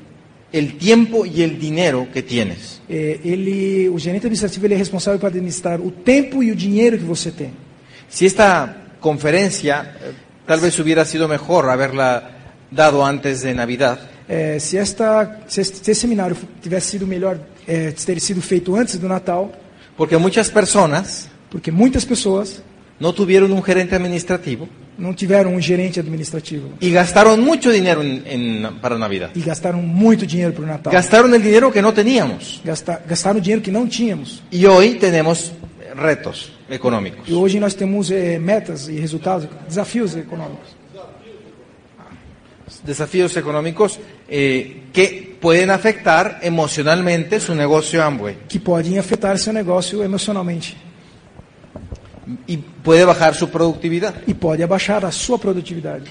D: el tiempo y el dinero que tienes.
E: é, ele, o gerente administrativo ele é responsável para administrar o tempo e o dinheiro que você tem.
D: Si esta conferencia eh, tal vez hubiera sido mejor haberla dado antes de Navidad,
E: É, se, esta, se este se esse seminário tivesse sido melhor, é, ter sido feito antes do Natal,
D: porque muchas personas
E: porque muitas pessoas
D: no tuvieron un gerente administrativo
E: não tiveram um gerente administrativo
D: y gastaron mucho dinero en- en- para Navidad.
E: e gastaram muito dinheiro para o Natal.
D: Gastaron el dinero que no teníamos
E: Gasta- gastaram dinheiro que não tínhamos.
D: y hoy tenemos eh, retos económicos.
E: E hoje nós temos eh, metas e resultados, desafios econômicos.
D: Desafíos económicos eh, que pueden afectar emocionalmente su negocio Amway.
E: que podem afetar seu negócio emocionalmente
D: y puede bajar su productividad.
E: e pode abaixar a sua produtividade.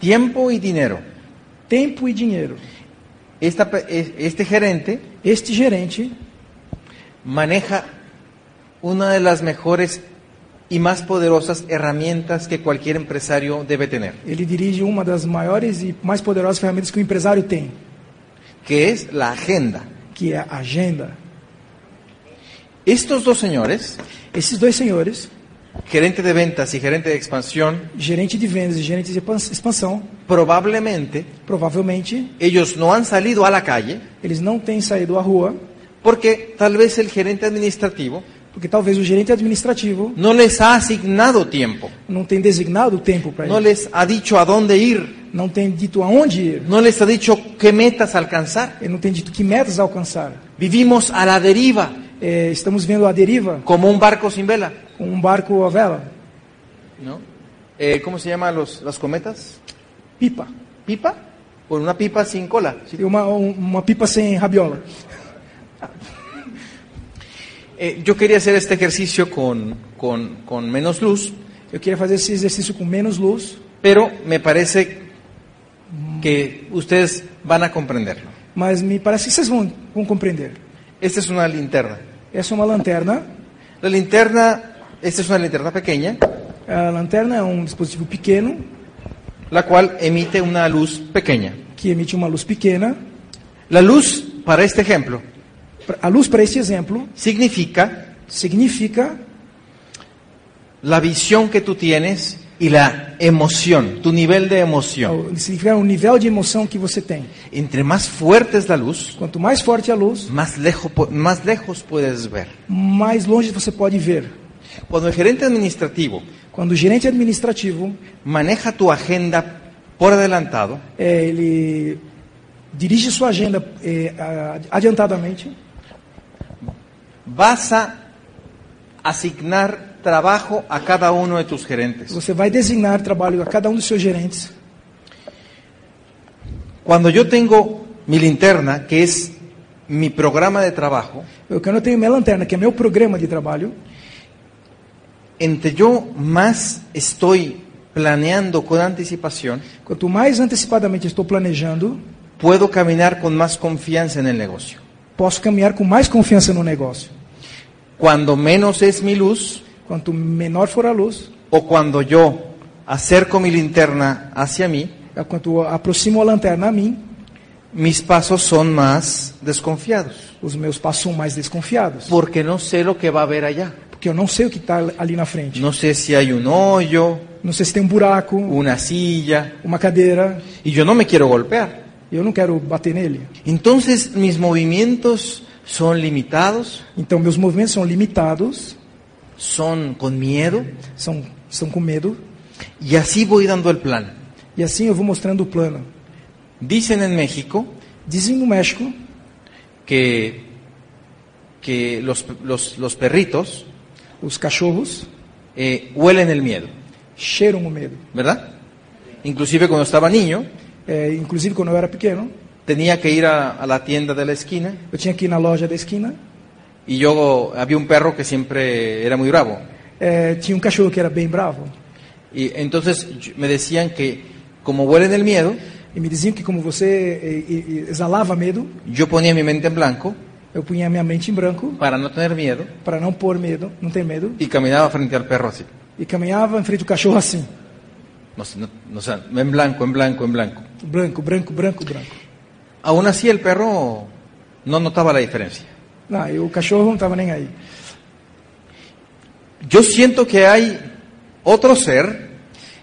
D: Tiempo y dinero.
E: Tempo e dinheiro.
D: Esta pe- e- este gerente
E: Este gerente
D: maneja una de las mejores y más poderosas herramientas que cualquier empresario debe tener,
E: ele dirige uma das maiores e mais poderosas ferramentas que o empresário tem,
D: que es la agenda.
E: que é a agenda.
D: Estos dos señores,
E: Esses dois senhores,
D: gerente de ventas y gerente de expansión,
E: gerente de vendas e gerente de expan- expansão,
D: probablemente
E: provavelmente
D: ellos no han salido a la calle
E: eles não têm saído à rua,
D: porque tal vez el gerente administrativo
E: porque talvez o gerente administrativo
D: no les ha asignado tiempo,
E: não tenha designado o tempo para
D: no
E: ele,
D: les ha dicho a dónde ir,
E: não tem dito aonde ir,
D: no les ha dicho qué metas alcanzar.
E: ele não tem dito que metas alcançar.
D: Vivimos a la deriva,
E: É, estamos vendo a deriva
D: como un barco sin vela.
E: com um barco à vela,
D: ¿no? Eh, ¿Cómo se llaman los, las cometas?
E: pipa.
D: ¿Pipa? Con una pipa sin cola. ¿sí?
E: E uma, um- uma pipa sem rabiola.
D: Eh, yo quería hacer este ejercicio con, con- con menos luz,
E: Eu queria fazer esse exercício com menos luz,
D: pero me parece que ustedes van a comprenderlo.
E: mas me parece que vocês vão, vão compreender.
D: Esta es una linterna.
E: Essa é uma lanterna.
D: La linterna, esta es una linterna pequeña,
E: A lanterna é um dispositivo pequeno
D: la cual emite una luz pequeña.
E: que emite uma luz pequena.
D: La luz, para este ejemplo,
E: Pra- A luz para este exemplo
D: significa
E: significa
D: la visión que tú tienes y la emoción, tu nivel de emoción.
E: significa o nível de emoção que você tem.
D: Entre más fuerte es la luz,
E: Quanto mais forte a luz,
D: más lejos, más lejos puedes ver.
E: mais longe você pode ver.
D: Cuando el gerente administrativo
E: Quando o gerente administrativo
D: maneja tu agenda por adelantado,
E: eh, ele dirige sua agenda eh, a- adiantadamente,
D: vas a asignar trabajo a cada uno de tus gerentes.
E: Você vai designar trabalho a cada um dos seus gerentes.
D: Cuando yo tengo mi linterna, que es mi programa de trabajo,
E: Eu, quando eu tenho minha lanterna, que é meu programa de trabalho,
D: entre yo más estoy planeando con anticipación,
E: Quanto mais antecipadamente eu estou planejando,
D: puedo caminar con más confianza en el negocio.
E: posso caminhar com mais confiança no negócio.
D: Cuando menos es mi luz
E: Quanto menor for a luz,
D: o cuando yo acerco mi linterna hacia mí,
E: é, quanto eu aproximo a lanterna a mim,
D: mis pasos son más desconfiados,
E: os meus passos são mais desconfiados.
D: porque no sé lo que va a haber allá.
E: Porque eu não sei o que está ali na frente.
D: No sé si hay un hoyo,
E: Não sei se tem um buraco,
D: una silla,
E: uma cadeira.
D: y yo no me quiero golpear.
E: Eu não quero bater nele.
D: Entonces mis movimientos son limitados,
E: Então, meus movimentos são limitados,
D: son con miedo,
E: são, são com medo.
D: y así voy dando el plan.
E: E assim eu vou mostrando o plano.
D: Dicen en México
E: Dizem no México
D: que, que los, los- los perritos
E: os cachorros
D: eh, huelen el miedo,
E: cheiram o medo.
D: ¿verdad? Inclusive cuando estaba niño,
E: É, inclusive, quando eu era pequeno,
D: tenía que ir a, a la tienda de la esquina
E: eu tinha que ir na loja da esquina.
D: y yo había un perro que siempre era muy bravo.
E: É, tinha um cachorro que era bem bravo.
D: Y entonces yo- me decían que como huelen el miedo,
E: E me diziam que, como você é, e- e exalava medo,
D: yo ponía mi mente en blanco
E: eu punha a minha mente em branco
D: para no tener miedo
E: para não pôr medo, não ter medo.
D: y caminaba frente al perro así.
E: E caminhava em frente ao cachorro assim:
D: No sé, no- no sé, en blanco, en blanco, en blanco.
E: branco, branco, branco, branco.
D: Aún así el perro no notaba la diferencia.
E: Não, Ah, e o cachorro não estava nem aí.
D: Yo siento que hay otro ser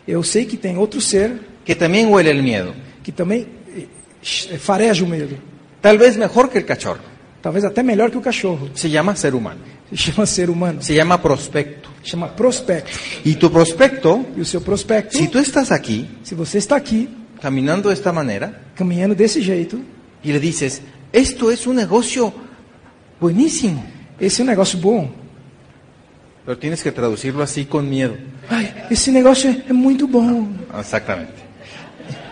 E: Eu sei que tem outro ser
D: que también huele el miedo,
E: que também eh, ch- fareja o medo.
D: tal vez mejor que el cachorro.
E: Talvez até melhor que o cachorro.
D: Se llama ser humano,
E: Se chama ser humano.
D: se llama prospecto.
E: Chama prospecto.
D: Y tu prospecto,
E: E o seu prospecto,
D: si tú estás aquí,
E: se você está aqui,
D: caminando de esta manera,
E: caminhando desse jeito,
D: y le dices, esto es un negocio buenísimo,
E: esse é um negócio bom.
D: pero tienes que traducirlo así con miedo.
E: Ai, esse negócio é muito bom.
D: Exactamente.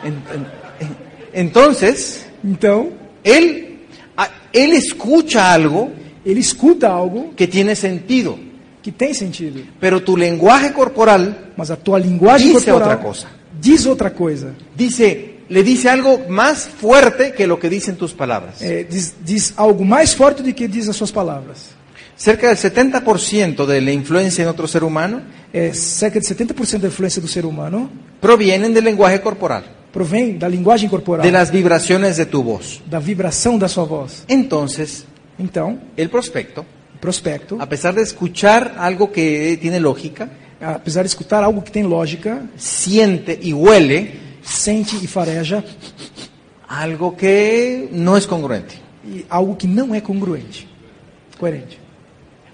D: En- en- en- Entonces,
E: Então,
D: él, a- él escucha algo
E: ele escuta algo
D: que tiene sentido,
E: que tem sentido,
D: pero tu lenguaje corporal
E: mas a tua linguagem
D: Diz é outra
E: corporal
D: coisa.
E: diz outra coisa.
D: dice, le dice algo más fuerte que lo que dicen tus palabras.
E: É, diz, diz algo mais forte do que diz as suas palavras.
D: Cerca del 70% de la influencia en otro ser humano
E: É, cerca de 70% da influência do ser humano
D: provienen del lenguaje corporal,
E: provém da linguagem corporal,
D: de las vibraciones de tu voz.
E: da vibração da sua voz.
D: Entonces,
E: Então,
D: el prospecto,
E: o prospecto,
D: a pesar de escuchar algo que tiene lógica,
E: apesar de escutar algo que tem lógica,
D: siente y huele
E: sente e fareja
D: algo que no es congruente.
E: e algo que não é congruente, coerente.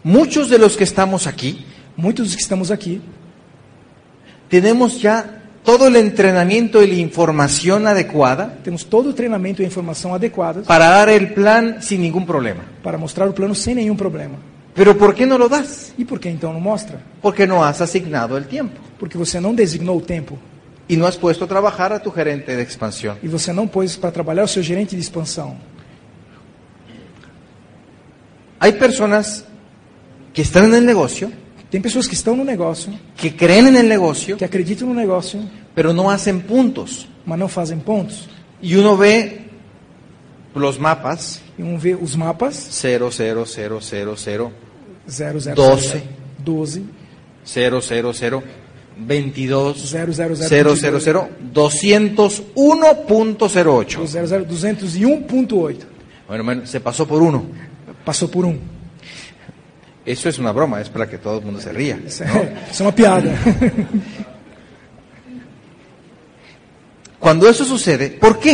D: Muchos de los que estamos aquí
E: Muitos dos que estamos aqui
D: tenemos ya todo el entrenamiento y la información adecuada
E: temos todo o treinamento e a informação adequadas
D: para dar el plan sin ningún problema.
E: para mostrar o plano sem nenhum problema.
D: Pero ¿por qué no lo das?
E: E por que então não mostra?
D: Porque no has asignado el tiempo
E: Porque você não designou o tempo
D: y no has puesto a trabajar a tu gerente de expansión.
E: e você não pôs para trabalhar o seu gerente de expansão.
D: Hay personas que están en el negocio,
E: Tem pessoas que estão no negócio,
D: que creen en el negocio,
E: que acreditam no negócio,
D: pero no hacen puntos.
E: mas não fazem pontos.
D: Y uno ve los mapas
E: E um vê os mapas,
D: 0, 0, 0, 0, 0,
E: 0, 0,
D: Doze.
E: 12,
D: 0, 0, 0, 22,
E: 0, 0,
D: 0, 0, 0, 201.08.
E: 0, 201.8.
D: Bueno, bueno, se pasó por uno.
E: Passou por um.
D: Eso es una broma, es para que todo el mundo se ría.
E: Isso é, isso é uma piada.
D: Cuando eso sucede, ¿por qué?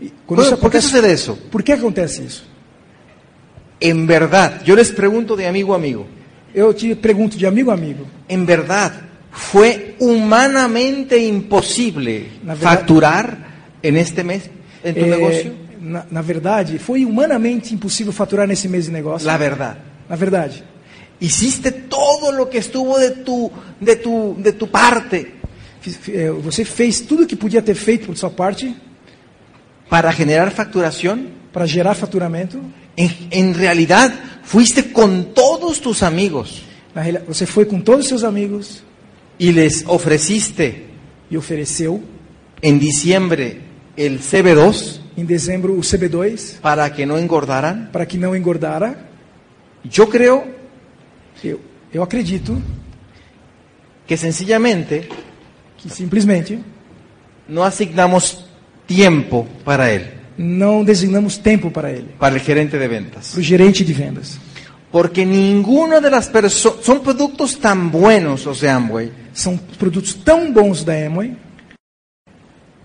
E: E
D: Bueno, ¿Por quê sucede isso?
E: Por que acontece isso?
D: En verdad, yo les pregunto de amigo a amigo,
E: Eu te pergunto de amigo a amigo.
D: en verdad, ¿fue humanamente imposible
E: La verdad- Eh,
D: facturar en este mes, en tu
E: É,
D: negocio?
E: Na, na verdade, foi humanamente impossível faturar nesse mês de negócio.
D: La verdad.
E: Na verdade.
D: Hiciste todo lo que estuvo de tu, de tu, de tu parte
E: Fiz- fi- é, Você fez tudo o que podia ter feito por sua parte
D: para generar facturación.
E: para gerar faturamento.
D: En, en realidad, fuiste con todos tus amigos
E: Na reali- Você foi com todos os seus amigos
D: y les ofreciste
E: e ofereceu
D: en diciembre el CB2
E: em dezembro o CB2
D: para que no engordaran.
E: para que não engordara.
D: Yo creo
E: Eu, eu acredito
D: que sencillamente
E: que simplesmente
D: no asignamos tiempo para él,
E: não designamos tempo para ele,
D: para el gerente de ventas.
E: para o gerente de vendas.
D: Porque ninguna de las personas, son productos tan buenos los de Amway.
E: São produtos tão bons da Amway,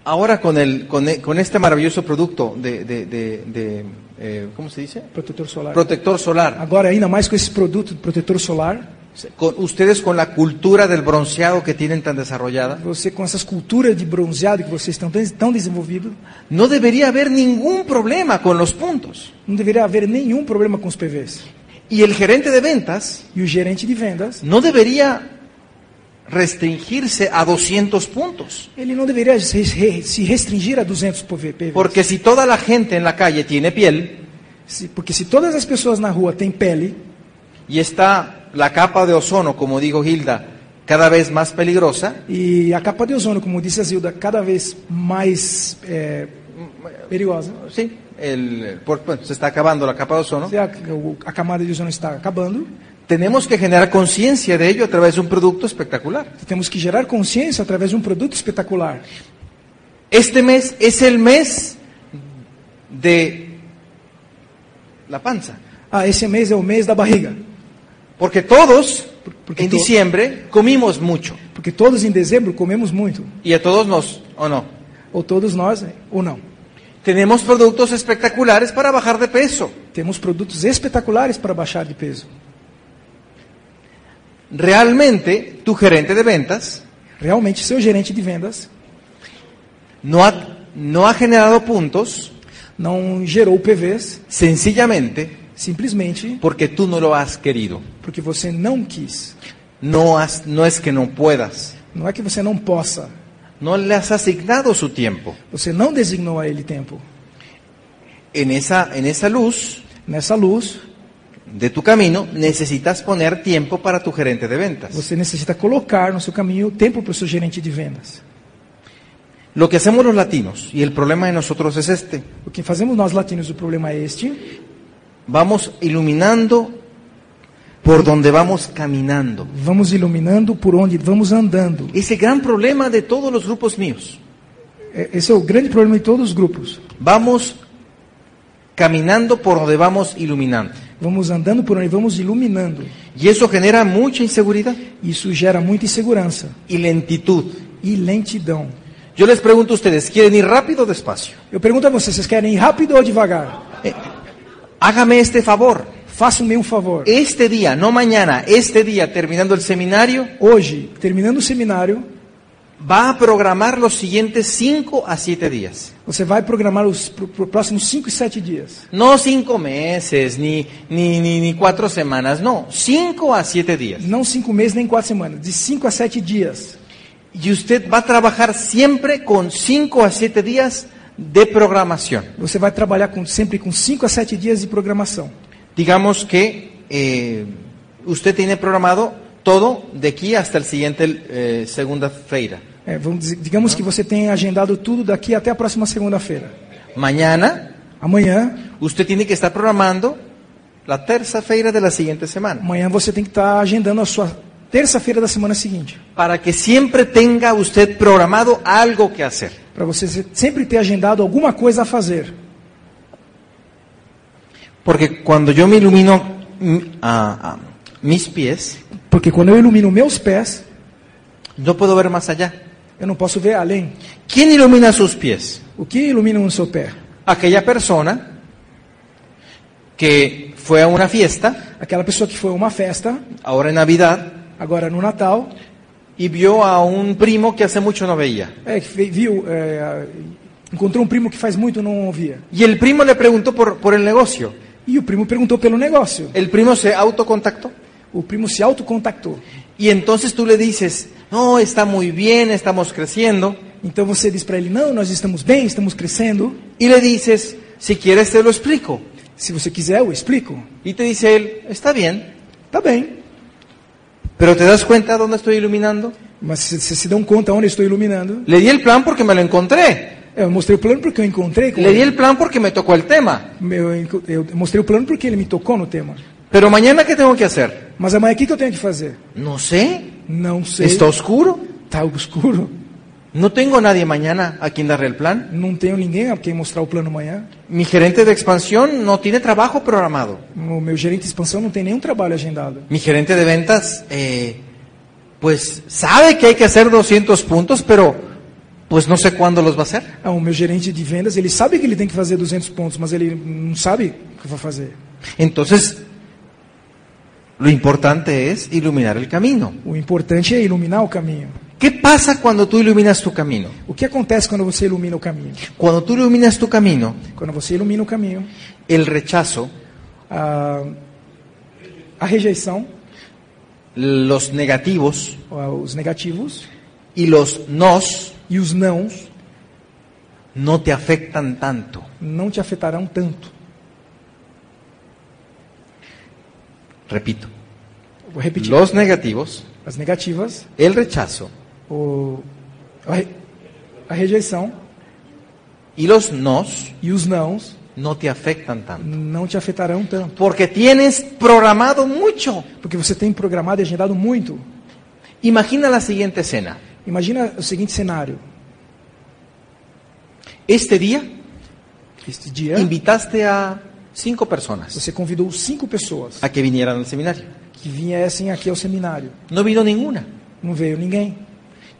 D: Ahora con, el, con, e- con este maravilloso producto de, de- de- de, eh, ¿cómo se dice?
E: protetor solar.
D: Protector solar.
E: Agora, ainda mais com esse produto de protetor solar,
D: Con- ustedes con la cultura del bronceado que tienen tan desarrollada,
E: você com essas culturas de bronzeado que vocês estão tão- tão desenvolvido,
D: no debería haber ningún problema con los puntos.
E: não deveria haver nenhum problema com os PVs.
D: Y el gerente de ventas
E: E o gerente de vendas,
D: no debería restringirse a 200 puntos.
E: ele não deveria se re- se restringir a 200 PV PVs.
D: Porque si toda la gente en la calle tiene piel
E: se, porque se todas as pessoas na rua têm pele,
D: y está la capa de ozono, como dijo Hilda, cada vez más peligrosa,
E: e a capa de ozono, como disse a Zilda, cada vez mais é, perigosa,
D: sí, el- por- bueno, se está acabando la capa de ozono,
E: Se a, "Ah, o- a camada de ozono está acabando,
D: tenemos que generar conciencia de ello a través de un producto espectacular.
E: temos que gerar consciência através de um produto espetacular.
D: Este mes es el mes de la panza.
E: Ah, esse mês é o mês da barriga,
D: Porque todos
E: Porque
D: en
E: to-
D: diciembre comimos mucho.
E: porque todos em dezembro comemos muito,
D: Y a todos nos, ¿o no?
E: ou todos nós, ou não.
D: Tenemos productos espectaculares para bajar de peso.
E: Temos produtos espetaculares para baixar de peso.
D: Realmente, tu gerente de ventas
E: Realmente, seu gerente de vendas
D: no ha, no ha generado puntos
E: não gerou PVs
D: sencillamente
E: simplesmente
D: porque tú no lo has querido.
E: porque você não quis.
D: No, has- no es que no puedas.
E: Não é que você não possa,
D: No le has asignado su tiempo.
E: você não designou a ele tempo.
D: En esa, en esa luz
E: Nessa luz,
D: de tu camino necesitas poner tiempo para tu gerente de ventas.
E: você necessita colocar no seu caminho tempo para o seu gerente de vendas.
D: Lo que hacemos los latinos, y el problema de nosotros es este,
E: O que fazemos nós latinos, o problema é este.
D: vamos iluminando por donde vamos caminando.
E: Vamos iluminando por onde vamos andando.
D: Ese gran problema de todos los grupos míos.
E: É- Esse é o grande problema de todos os grupos.
D: Vamos caminando por donde vamos iluminando.
E: Vamos andando por onde vamos iluminando.
D: Y eso genera mucha inseguridad
E: Isso gera muita insegurança
D: y lentitud.
E: e lentidão.
D: Yo les pregunto a ustedes, ¿quieren ir rápido o despacio?
E: Eu pergunto a vocês, vocês querem ir rápido ou devagar?
D: Eh, hágame este favor.
E: Façam-me um favor.
D: Este día, no mañana, este día, terminando el seminario,
E: Hoje, terminando o seminário,
D: va a programar los siguientes 5 a 7 días.
E: você vai programar os pro, pro próximos 5 e 7 dias.
D: No 5 meses, ni, ni, ni, ni 4 semanas, no, 5 a 7 días.
E: Não 5 meses nem 4 semanas, de 5 a 7 dias.
D: Y usted va a trabajar siempre con 5 a 7 días de programación.
E: Você vai trabalhar com, sempre com 5 a 7 dias de programação.
D: Digamos que eh, usted tiene programado todo de aquí hasta el siguiente eh, segunda feira.
E: É, vamos dizer- digamos que você tem agendado tudo daqui até a próxima segunda-feira.
D: Mañana
E: Amanhã,
D: usted tiene que estar programando la tercera feira de la siguiente semana.
E: amanhã você tem que estar agendando a sua terça-feira da semana seguinte,
D: para que siempre tenga usted programado algo que hacer.
E: para você se- sempre ter agendado alguma coisa a fazer.
D: Porque cuando yo me ilumino mm, a- a mis pies,
E: Porque quando eu ilumino meus pés,
D: no puedo ver más allá.
E: eu não posso ver além.
D: ¿Quién ilumina sus pies?
E: O que ilumina o seu pé?
D: Aquella persona que fue a una fiesta,
E: Aquela pessoa que foi a uma festa,
D: ahora en Navidad,
E: agora no Natal,
D: y vio a un primo que hace mucho no veía.
E: é, que fe- viu, é, encontrou um primo que faz muito não ouvia.
D: Y el primo le preguntó por, por el negocio.
E: E o primo perguntou pelo negócio.
D: El primo se autocontactó.
E: O primo se autocontactou.
D: Y entonces tú le dices, no, está muy bien, estamos creciendo.
E: Então você diz para ele: Não, nós estamos bem, estamos crescendo.
D: Y le dices, si quieres te lo explico.
E: Se você quiser, eu explico.
D: Y te dice él, está bien,
E: Tá bem.
D: pero ¿te das cuenta dónde estoy iluminando?
E: Mas vocês se, se dão conta onde eu estou iluminando?
D: Le di el plan porque me lo encontré.
E: É, Eu mostrei o plano porque eu encontrei com
D: Le di el plan porque me tocó el tema.
E: Eu, enco- eu mostrei o plano porque ele me tocou no tema.
D: Pero mañana, ¿qué tengo que hacer?
E: Mas amanhã o que, que eu tenho que fazer?
D: No sé.
E: Não sei.
D: Está oscuro.
E: Tá obscuro.
D: No tengo nadie mañana a quien darle el plan.
E: Não tenho ninguém a quem mostrar o plano amanhã.
D: Mi gerente de expansión no tiene trabajo programado.
E: O meu gerente de expansão não tem nenhum trabalho agendado.
D: Mi gerente de ventas, eh, pues sabe que hay que hacer 200 puntos, pero pues no sé cuándo los va a hacer.
E: Ah, o meu gerente de vendas, ele sabe que ele tem que fazer 200 pontos, mas ele não sabe o que vai fazer.
D: Entonces, lo importante es iluminar el camino.
E: O importante é iluminar o caminho.
D: ¿Qué pasa cuando tú iluminas tu camino?
E: O que acontece quando você ilumina o caminho?
D: Cuando tú iluminas tu camino,
E: Quando você ilumina o caminho,
D: el rechazo,
E: a, a rejeição,
D: los negativos
E: ah, os negativos
D: y los nos
E: e os nãos
D: no te afectan tanto.
E: não te afetarão tanto.
D: Repito,
E: Vou repetir.
D: los negativos,
E: As negativas,
D: el rechazo
E: o, a, re- a rejeição
D: y los nos
E: e os nãos
D: no te afectan tanto.
E: não te afetarão tanto.
D: Porque tienes programado mucho.
E: Porque você tem programado e agendado muito.
D: Imagina la siguiente escena.
E: Imagina o seguinte cenário.
D: Este día
E: Este dia,
D: invitaste a cinco personas
E: você convidou cinco pessoas
D: a que vinieran al seminario.
E: que viessem aqui ao seminário.
D: No vino ninguna.
E: Não veio ninguém.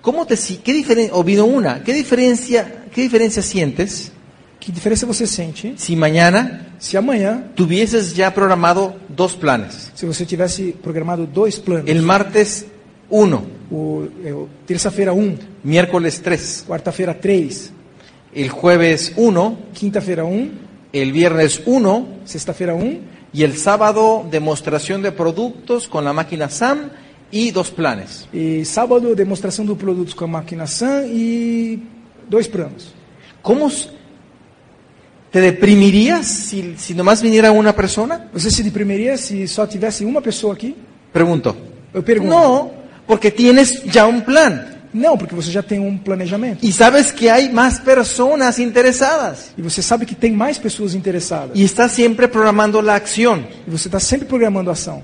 D: ¿Cómo te si- qué diferen- o vino una? ¿Qué diferencia, qué diferencia sientes
E: Que diferença você sente
D: si mañana
E: se amanhã,
D: tuvieses ya programado dos planes?
E: se você tivesse programado dois planos?
D: El martes uno,
E: O, é, o- terça-feira um,
D: miércoles tres,
E: quarta-feira três,
D: el jueves uno,
E: quinta-feira um,
D: el viernes uno
E: sexta-feira um
D: y el sábado demostración de productos con la máquina SAM y dos planes.
E: e sábado demonstração do produto com a máquina Sam e dois planos.
D: ¿Cómo s- te deprimirías si, si nomás viniera una persona?
E: Você se deprimiria se só tivesse uma pessoa aqui?
D: Pregunto.
E: Eu pergunto.
D: No, porque tienes ya un plan.
E: Não, porque você já tem um planejamento.
D: Y sabes que hay más personas interesadas.
E: E você sabe que tem mais pessoas interessadas.
D: Y estás siempre programando la acción.
E: E você está sempre programando a ação.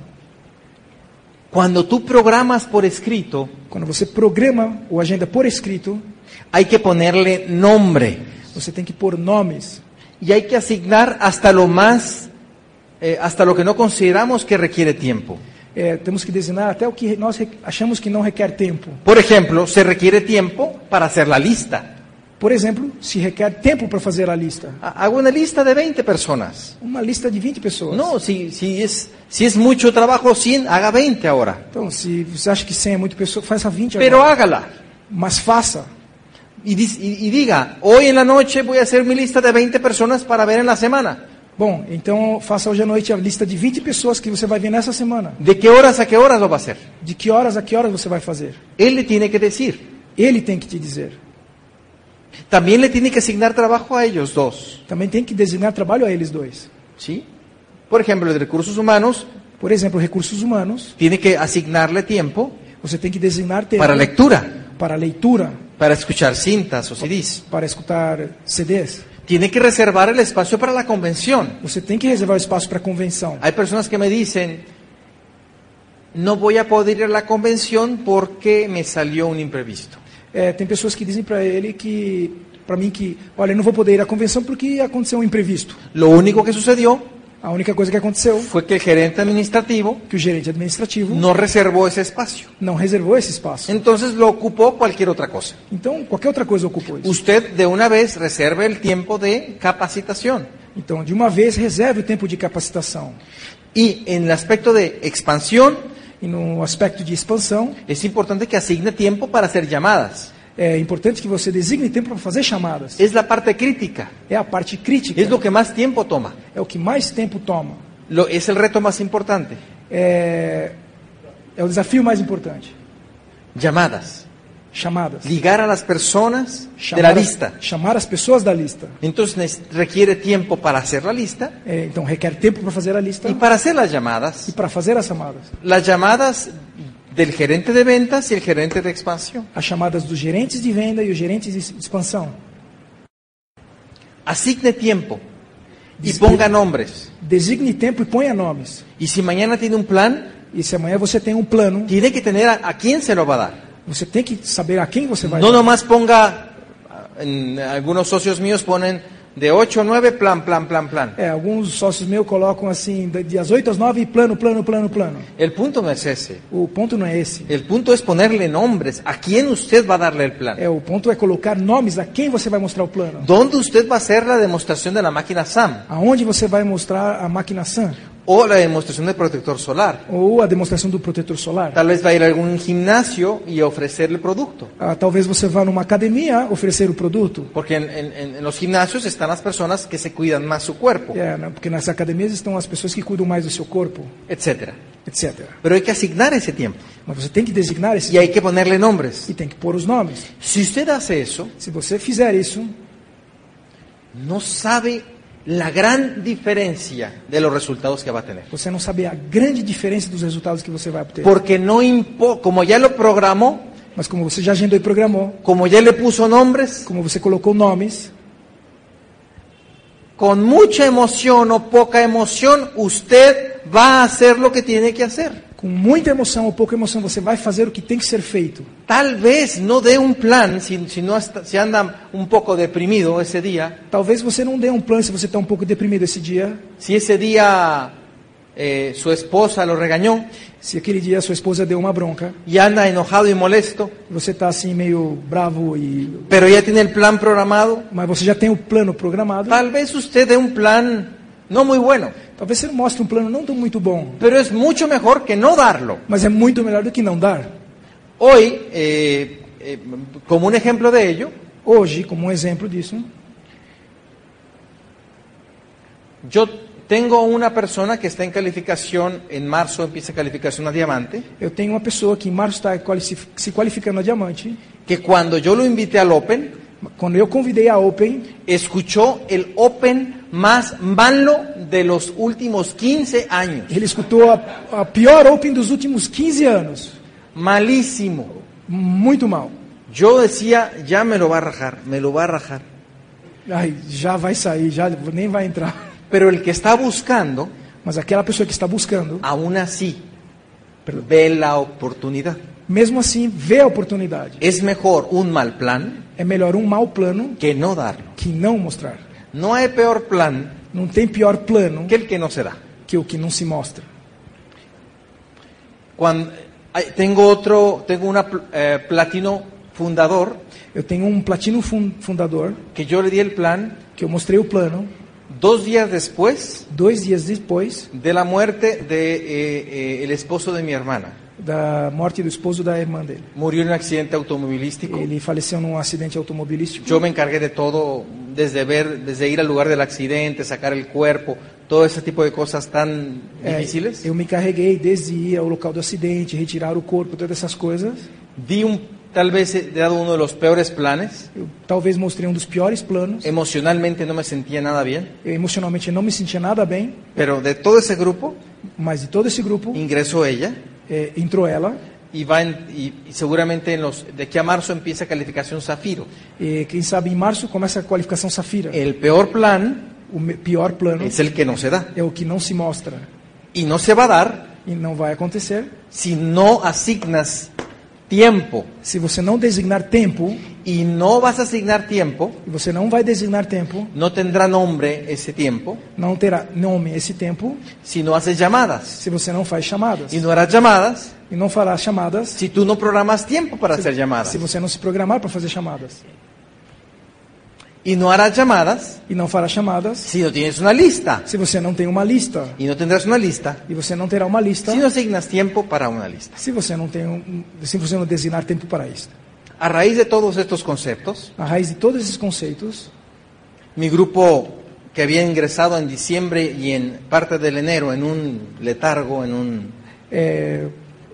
D: Cuando tú programas por escrito,
E: Quando você programa ou agenda por escrito,
D: hay que ponerle nombre.
E: você tem que pôr nomes.
D: Y hay que asignar hasta lo más, eh, hasta lo que no consideramos que requiere tiempo.
E: É, temos que designar até o que nós re- achamos que não requer tempo.
D: Por ejemplo, se requiere tiempo para hacer la lista.
E: Por exemplo, se requer tempo para fazer a lista.
D: Ha- Hago una lista de 20 personas.
E: Uma lista de 20 pessoas.
D: No, si, si, es, si es mucho trabajo, 100, haga 20 ahora.
E: Então, se você acha que 100 é muito pessoa, faça 20
D: Pero
E: agora.
D: hágala.
E: Mas faça.
D: Y, dis- y- y diga, hoy en la noche voy a hacer mi lista de 20 personas para ver en la semana.
E: Bom, então faça hoje à noite a lista de 20 pessoas que você vai ver nessa semana.
D: ¿De qué horas a qué horas lo va a hacer?
E: De que horas a que horas você vai fazer?
D: Él le tiene que decir.
E: Ele tem que te dizer.
D: También le tiene que asignar trabajo a ellos dos.
E: Também tem que designar trabalho a eles dois.
D: ¿sí? Por ejemplo, el de recursos humanos
E: Por exemplo, recursos humanos,
D: tiene que asignarle tiempo
E: você tem que designar tempo
D: para lectura,
E: para leitura,
D: para escuchar cintas o CDs.
E: para escutar CDs.
D: Tiene que reservar el espacio para la convención.
E: Você tem que reservar espaço para convenção.
D: Hay personas que me dicen, no voy a poder ir a la convención porque me salió un imprevisto.
E: É, tem pessoas que dizem para ele que, para mim que, olha, eu não vou poder ir à convenção porque aconteceu um imprevisto.
D: Lo único que sucedió
E: A única coisa que aconteceu
D: fue que el gerente administrativo
E: que o gerente administrativo
D: no reservou ese espacio.
E: não reservou esse espaço.
D: Entonces lo ocupó cualquier otra cosa.
E: Então, qualquer outra coisa ocupou isso.
D: Usted de una vez reserve el tiempo de capacitación.
E: Então, de uma vez, reserve o tempo de capacitação.
D: Y en el aspecto de expansión,
E: E no aspecto de expansão,
D: es importante que asigne tiempo para hacer llamadas.
E: é importante que você designe tempo para fazer chamadas.
D: Es la parte crítica,
E: É a parte crítica,
D: es lo que más tiempo toma,
E: é o que mais tempo toma.
D: Lo- es el reto más importante.
E: É, é o desafio mais importante.
D: Llamadas,
E: Chamadas.
D: ligar a las personas de la
E: Chamar,
D: lista.
E: chamar as pessoas da lista.
D: Entonces neces- requiere tiempo para hacer la lista
E: É, então, requer tempo para fazer a lista
D: y para hacer las
E: e
D: llamadas.
E: para fazer as chamadas.
D: Las llamadas del gerente de ventas y el gerente de expansión.
E: As chamadas dos gerentes de venda e os gerentes de ex- expansão.
D: Asigne tiempo y
E: Disciplina.
D: ponga nombres.
E: Designe tempo e ponha nomes.
D: Y si mañana tiene un plan,
E: E se amanhã você tem um plano,
D: tiene que tener a, a quién se lo va a dar.
E: você tem que saber a quem você vai
D: No
E: dar.
D: nomás ponga, en- algunos socios míos ponen de 8 a 9, plan, plan, plan, plan.
E: É, alguns sócios meus colocam assim, da- das 8 às 9, plano, plano, plano, plano.
D: El punto no es ese.
E: O ponto não é esse.
D: El punto es ponerle nombres. ¿A quién usted va a darle el plan?
E: É, o ponto é colocar nomes a quem você vai mostrar o plano.
D: ¿Dónde usted va a hacer la demostración de la máquina SAM?
E: Aonde você vai mostrar a máquina SAM?
D: O la demostración del protector solar.
E: Ou a demonstração do protetor solar?
D: Tal vez va a ir a algún gimnasio y a ofrecerle el producto.
E: Ah, talvez você vá numa academia oferecer o produto.
D: Porque en, en- en- en los gimnasios están las personas que se cuidan más su cuerpo,
E: É, né, porque nas academias estão as pessoas que cuidam mais do seu corpo,
D: etcétera.
E: etc.
D: Pero hay que asignar esse tiempo
E: Mas você tem que designar esse
D: y hay que ponerle nombres.
E: e tem que pôr os nomes.
D: Si usted hace eso,
E: Se você fizer isso,
D: no sabe la gran diferencia de los resultados que va a tener.
E: você não sabe a grande diferença dos resultados que você vai obter.
D: Porque no impo, como ya lo programó,
E: Mas como você já agendou e programou,
D: como ya le puso nombres,
E: como você colocou nomes,
D: con mucha emoción o poca emoción, usted va a hacer lo que tiene que hacer.
E: com muita emoção ou pouca emoção, você vai fazer o que tem que ser feito.
D: Tal vez no dé un plan si, si no hasta- si anda un poco deprimido ese día,
E: Talvez você não dê um plano se você está um pouco deprimido esse dia,
D: si ese día eh, su esposa lo regañó
E: se aquele dia sua esposa deu uma bronca,
D: y anda enojado y molesto,
E: você está assim meio bravo e
D: pero ya tiene el plan programado,
E: mas você já tem o plano programado.
D: tal vez usted dé un plan no muy bueno,
E: Talvez você mostre um plano não tão muito bom,
D: pero es mucho mejor que no darlo.
E: mas é muito melhor do que não dar.
D: Hoy, eh, eh, como un ejemplo de ello,
E: Hoje, como um exemplo disso,
D: yo tengo una persona que está en calificación, en marzo empieza calificación a diamante,
E: eu tenho uma pessoa que em março está quali- se qualificando a diamante.
D: que cuando yo lo invité al Open,
E: Quando eu convidei a Open,
D: escuchó el Open más malo de los últimos 15 años.
E: ele escutou a, a pior Open dos últimos 15 anos.
D: Malísimo.
E: Muito mal.
D: Yo decía, ya me lo va a rajar, me lo va a rajar.
E: Ai, já vai sair, já nem vai entrar.
D: Pero el que está buscando,
E: Mas aquela pessoa que está buscando,
D: aún así, ve la oportunidad.
E: mesmo assim, vê a oportunidade.
D: Es mejor un mal plan
E: É melhor um mau plano
D: que no darlo.
E: que não mostrar.
D: No hay peor plan
E: Não tem pior plano
D: que el que no se da.
E: que o que não se mostra.
D: Cuando, ay, tengo otro, tengo una pl- eh, platino fundador
E: Eu tenho um platino fun- fundador
D: que yo le di el plan
E: que eu mostrei o plano
D: dos días después
E: dois dias depois
D: de la muerte de eh, eh, el esposo de mi hermana.
E: da morte do esposo da irmã dele.
D: Murió en un accidente automovilístico.
E: Ele faleceu num acidente automobilístico.
D: Yo me encargué de todo, desde ver, desde ir al lugar del accidente, sacar el cuerpo, todo ese tipo de cosas tan
E: É,
D: difíciles.
E: eu me carreguei desde ir ao local do acidente, retirar o corpo, todas essas coisas.
D: Di un, tal vez he dado uno de los peores planes.
E: Eu talvez mostrei um dos piores planos.
D: Emocionalmente no me sentía nada bien,
E: Eu emocionalmente não me sentia nada bem,
D: pero de todo ese grupo
E: mas de todo esse grupo
D: ingresó ella
E: é, entrou ela.
D: y va en- y, y seguramente en los de aquí a marzo empieza calificação zafiro.
E: E quem sabe em março começa a qualificação Safira.
D: El peor plan
E: O me- pior plano
D: es el que no se da
E: é o que não se mostra
D: y no se va a dar
E: e não vai acontecer.
D: si no asignas tiempo
E: Se você não designar tempo,
D: y no vas a asignar tiempo,
E: e você não vai designar tempo,
D: no tendrá nombre esse tiempo
E: não terá nome esse tempo
D: si no haces llamadas.
E: se você não faz chamadas.
D: Y no harás llamadas
E: E não fará chamadas
D: si tú no programas tiempo para hacer llamadas.
E: se você não se programar para fazer chamadas.
D: Y no harás llamadas
E: E não fará chamadas
D: si no tienes una lista.
E: se você não tem uma lista.
D: Y no tendrás una lista
E: E você não terá uma lista
D: si no asignas tiempo para una lista.
E: se você não tem um, se você não designar tempo para isso.
D: A raíz de todos estos conceptos,
E: A raiz de todos esses conceitos,
D: mi grupo que había ingresado en diciembre y en parte del enero en un letargo, en un
E: é,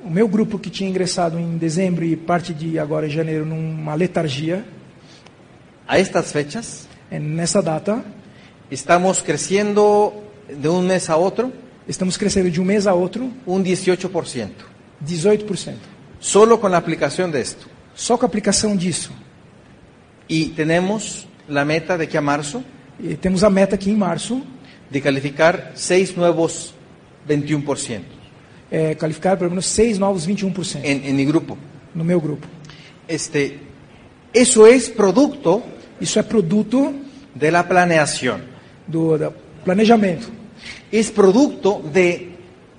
E: o meu grupo que tinha ingressado em dezembro e parte de agora em janeiro numa letargia,
D: a estas fechas
E: é, nessa data,
D: Estamos creciendo de un mes a otro
E: estamos crescendo de um mês a outro
D: un 18%.
E: 18%.
D: solo con la aplicación de esto.
E: Só com a aplicação disso.
D: Y tenemos la meta de que a marzo,
E: E temos a meta aqui em março,
D: de calificar seis nuevos 21%
E: é, qualificar pelo menos 6 novos 21%
D: en, en mi grupo.
E: no meu grupo.
D: Este, eso es producto
E: Isso é produto
D: de la planeación.
E: do da planejamento.
D: Es producto de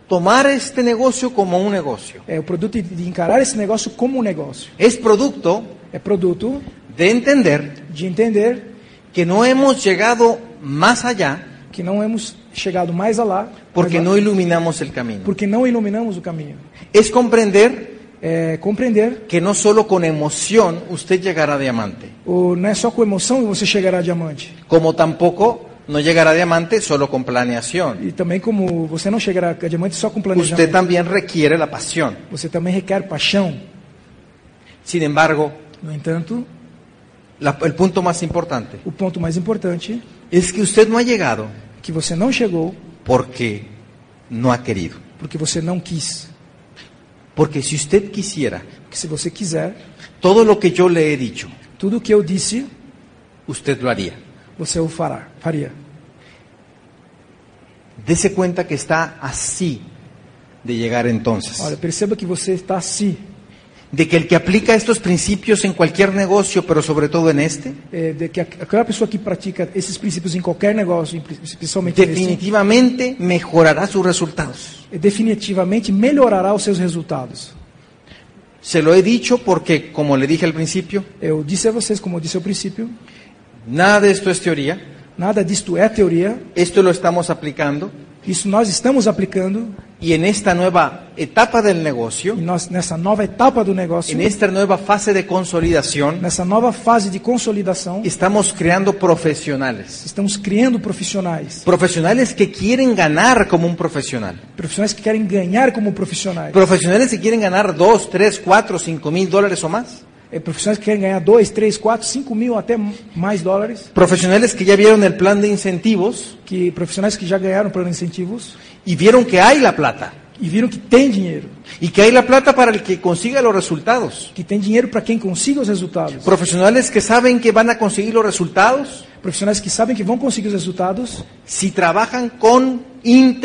D: tomar este negocio como un negocio.
E: É o produto de encarar esse negócio como um negócio.
D: Es producto
E: É produto
D: de entender
E: de entender
D: que no hemos llegado más allá
E: que não hemos chegado mais a lá
D: porque
E: mais
D: no
E: lá,
D: iluminamos el camino.
E: porque não iluminamos o caminho.
D: Es comprender
E: É compreender
D: que no solo con emoción usted llegará a diamante,
E: o, não é só com emoção que você chegará a diamante.
D: como tampoco no llegará a diamante solo con planeación.
E: E também como você não chegará a diamante só com
D: Usted
E: planejamento.
D: también requiere la pasión.
E: Você também requer paixão.
D: Sin embargo,
E: No entanto,
D: la- el punto más importante
E: o ponto mais importante
D: es que usted no ha llegado
E: é que você não chegou
D: porque no ha querido.
E: porque você não quis.
D: Porque si usted quisiera
E: Porque se você quiser,
D: todo lo que yo le he dicho,
E: tudo o que eu disse,
D: usted lo haría.
E: você o fará, faria.
D: Dese cuenta que está así de llegar
E: Olha,
D: entonces.
E: perceba que você está se
D: De que el que aplica estos principios en cualquier negocio, pero sobre todo en este,
E: é, de que a- aquela pessoa que pratica esses princípios em qualquer negócio, em pri- principalmente nesse,
D: definitivamente mejorará sus resultados.
E: é, definitivamente melhorará os seus resultados.
D: Se lo he dicho porque, como le dije al principio,
E: Eu disse a vocês, como eu disse ao princípio,
D: nada de esto es teoría.
E: nada disto é teoria.
D: Esto lo estamos aplicando
E: Isso nós estamos aplicando
D: y en esta nueva etapa del
E: e
D: negocio,
E: nós, nessa nova etapa do negócio,
D: en esta nueva fase de consolidación,
E: nessa nova fase de consolidação,
D: estamos creando profesionales.
E: estamos criando profissionais.
D: Profesionales que quieren ganar como un profesional.
E: Profissionais que querem ganhar como profissionais.
D: Profesionales que quieren ganar 2, 3, 4, 5 mil dólares o más.
E: É, profissionais que querem ganhar 2, 3, 4, 5 mil até mais dólares.
D: Profesionales que ya vieron el plan de incentivos
E: que profissionais que já ganharam plano de incentivos
D: y vieron que hay la plata.
E: e viram que tem dinheiro,
D: Y que hay la plata para el que consiga los resultados.
E: que tem dinheiro para quem consiga os resultados.
D: Profesionales que saben que van a conseguir los resultados
E: Profissionais que sabem que vão conseguir os resultados
D: si trabajan con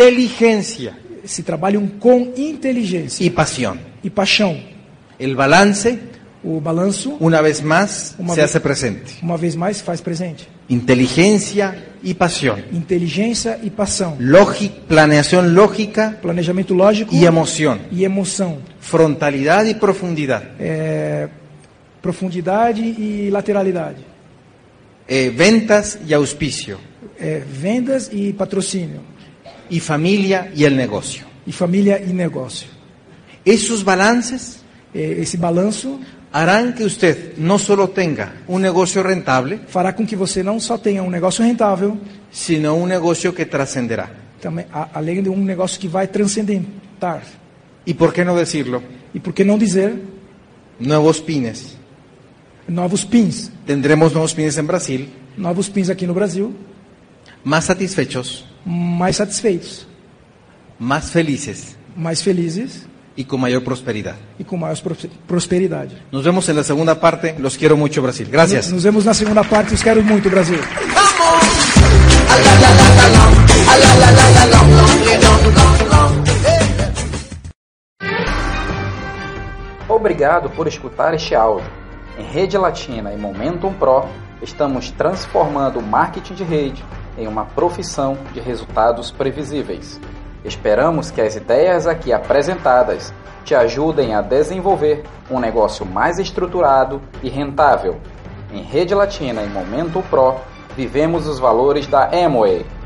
D: inteligencia
E: se trabalham com inteligência
D: y pasión.
E: e paixão.
D: El balance,
E: O balanço,
D: una vez más,
E: Una
D: se
E: vez-
D: hace presente.
E: uma vez mais, se faz presente.
D: Inteligencia y pasión.
E: Inteligência e paixão.
D: Lógica, planeación lógica
E: Planejamento lógico
D: y emoción.
E: e emoção.
D: Frontalidad y profundidad.
E: É, profundidade e lateralidade.
D: Eh, ventas y auspicio.
E: É, vendas e patrocínio.
D: Y familia y el negocio.
E: E família e negócio.
D: Esos balances
E: É, esse balanço
D: harán que usted no solo tenga un negocio rentable,
E: fará com que você não só tenha um negócio rentável,
D: sino un negocio que trascenderá.
E: também, a- além de um negócio que vai transcendentar.
D: ¿Y por qué no decirlo?
E: E por que não dizer
D: Nuevos pines.
E: novos pins?
D: Tendremos nuevos pines en Brasil,
E: Novos pins aqui no Brasil,
D: más satisfechos,
E: mais satisfeitos,
D: más felices
E: mais felizes
D: y con mayor prosperidad.
E: e com maior pros- prosperidad.
D: Nos vemos en la segunda parte. Los quiero mucho, Brasil. Gracias.
E: Nos vemos na segunda parte. Os quero muito, Brasil.
A: Obrigado por escutar este áudio. Em Rede Latina e Momentum Pro, estamos transformando o marketing de rede em uma profissão de resultados previsíveis. Esperamos que as ideias aqui apresentadas te ajudem a desenvolver um negócio mais estruturado e rentável. Em Rede Latina e Momentum Pro, vivemos os valores da Amway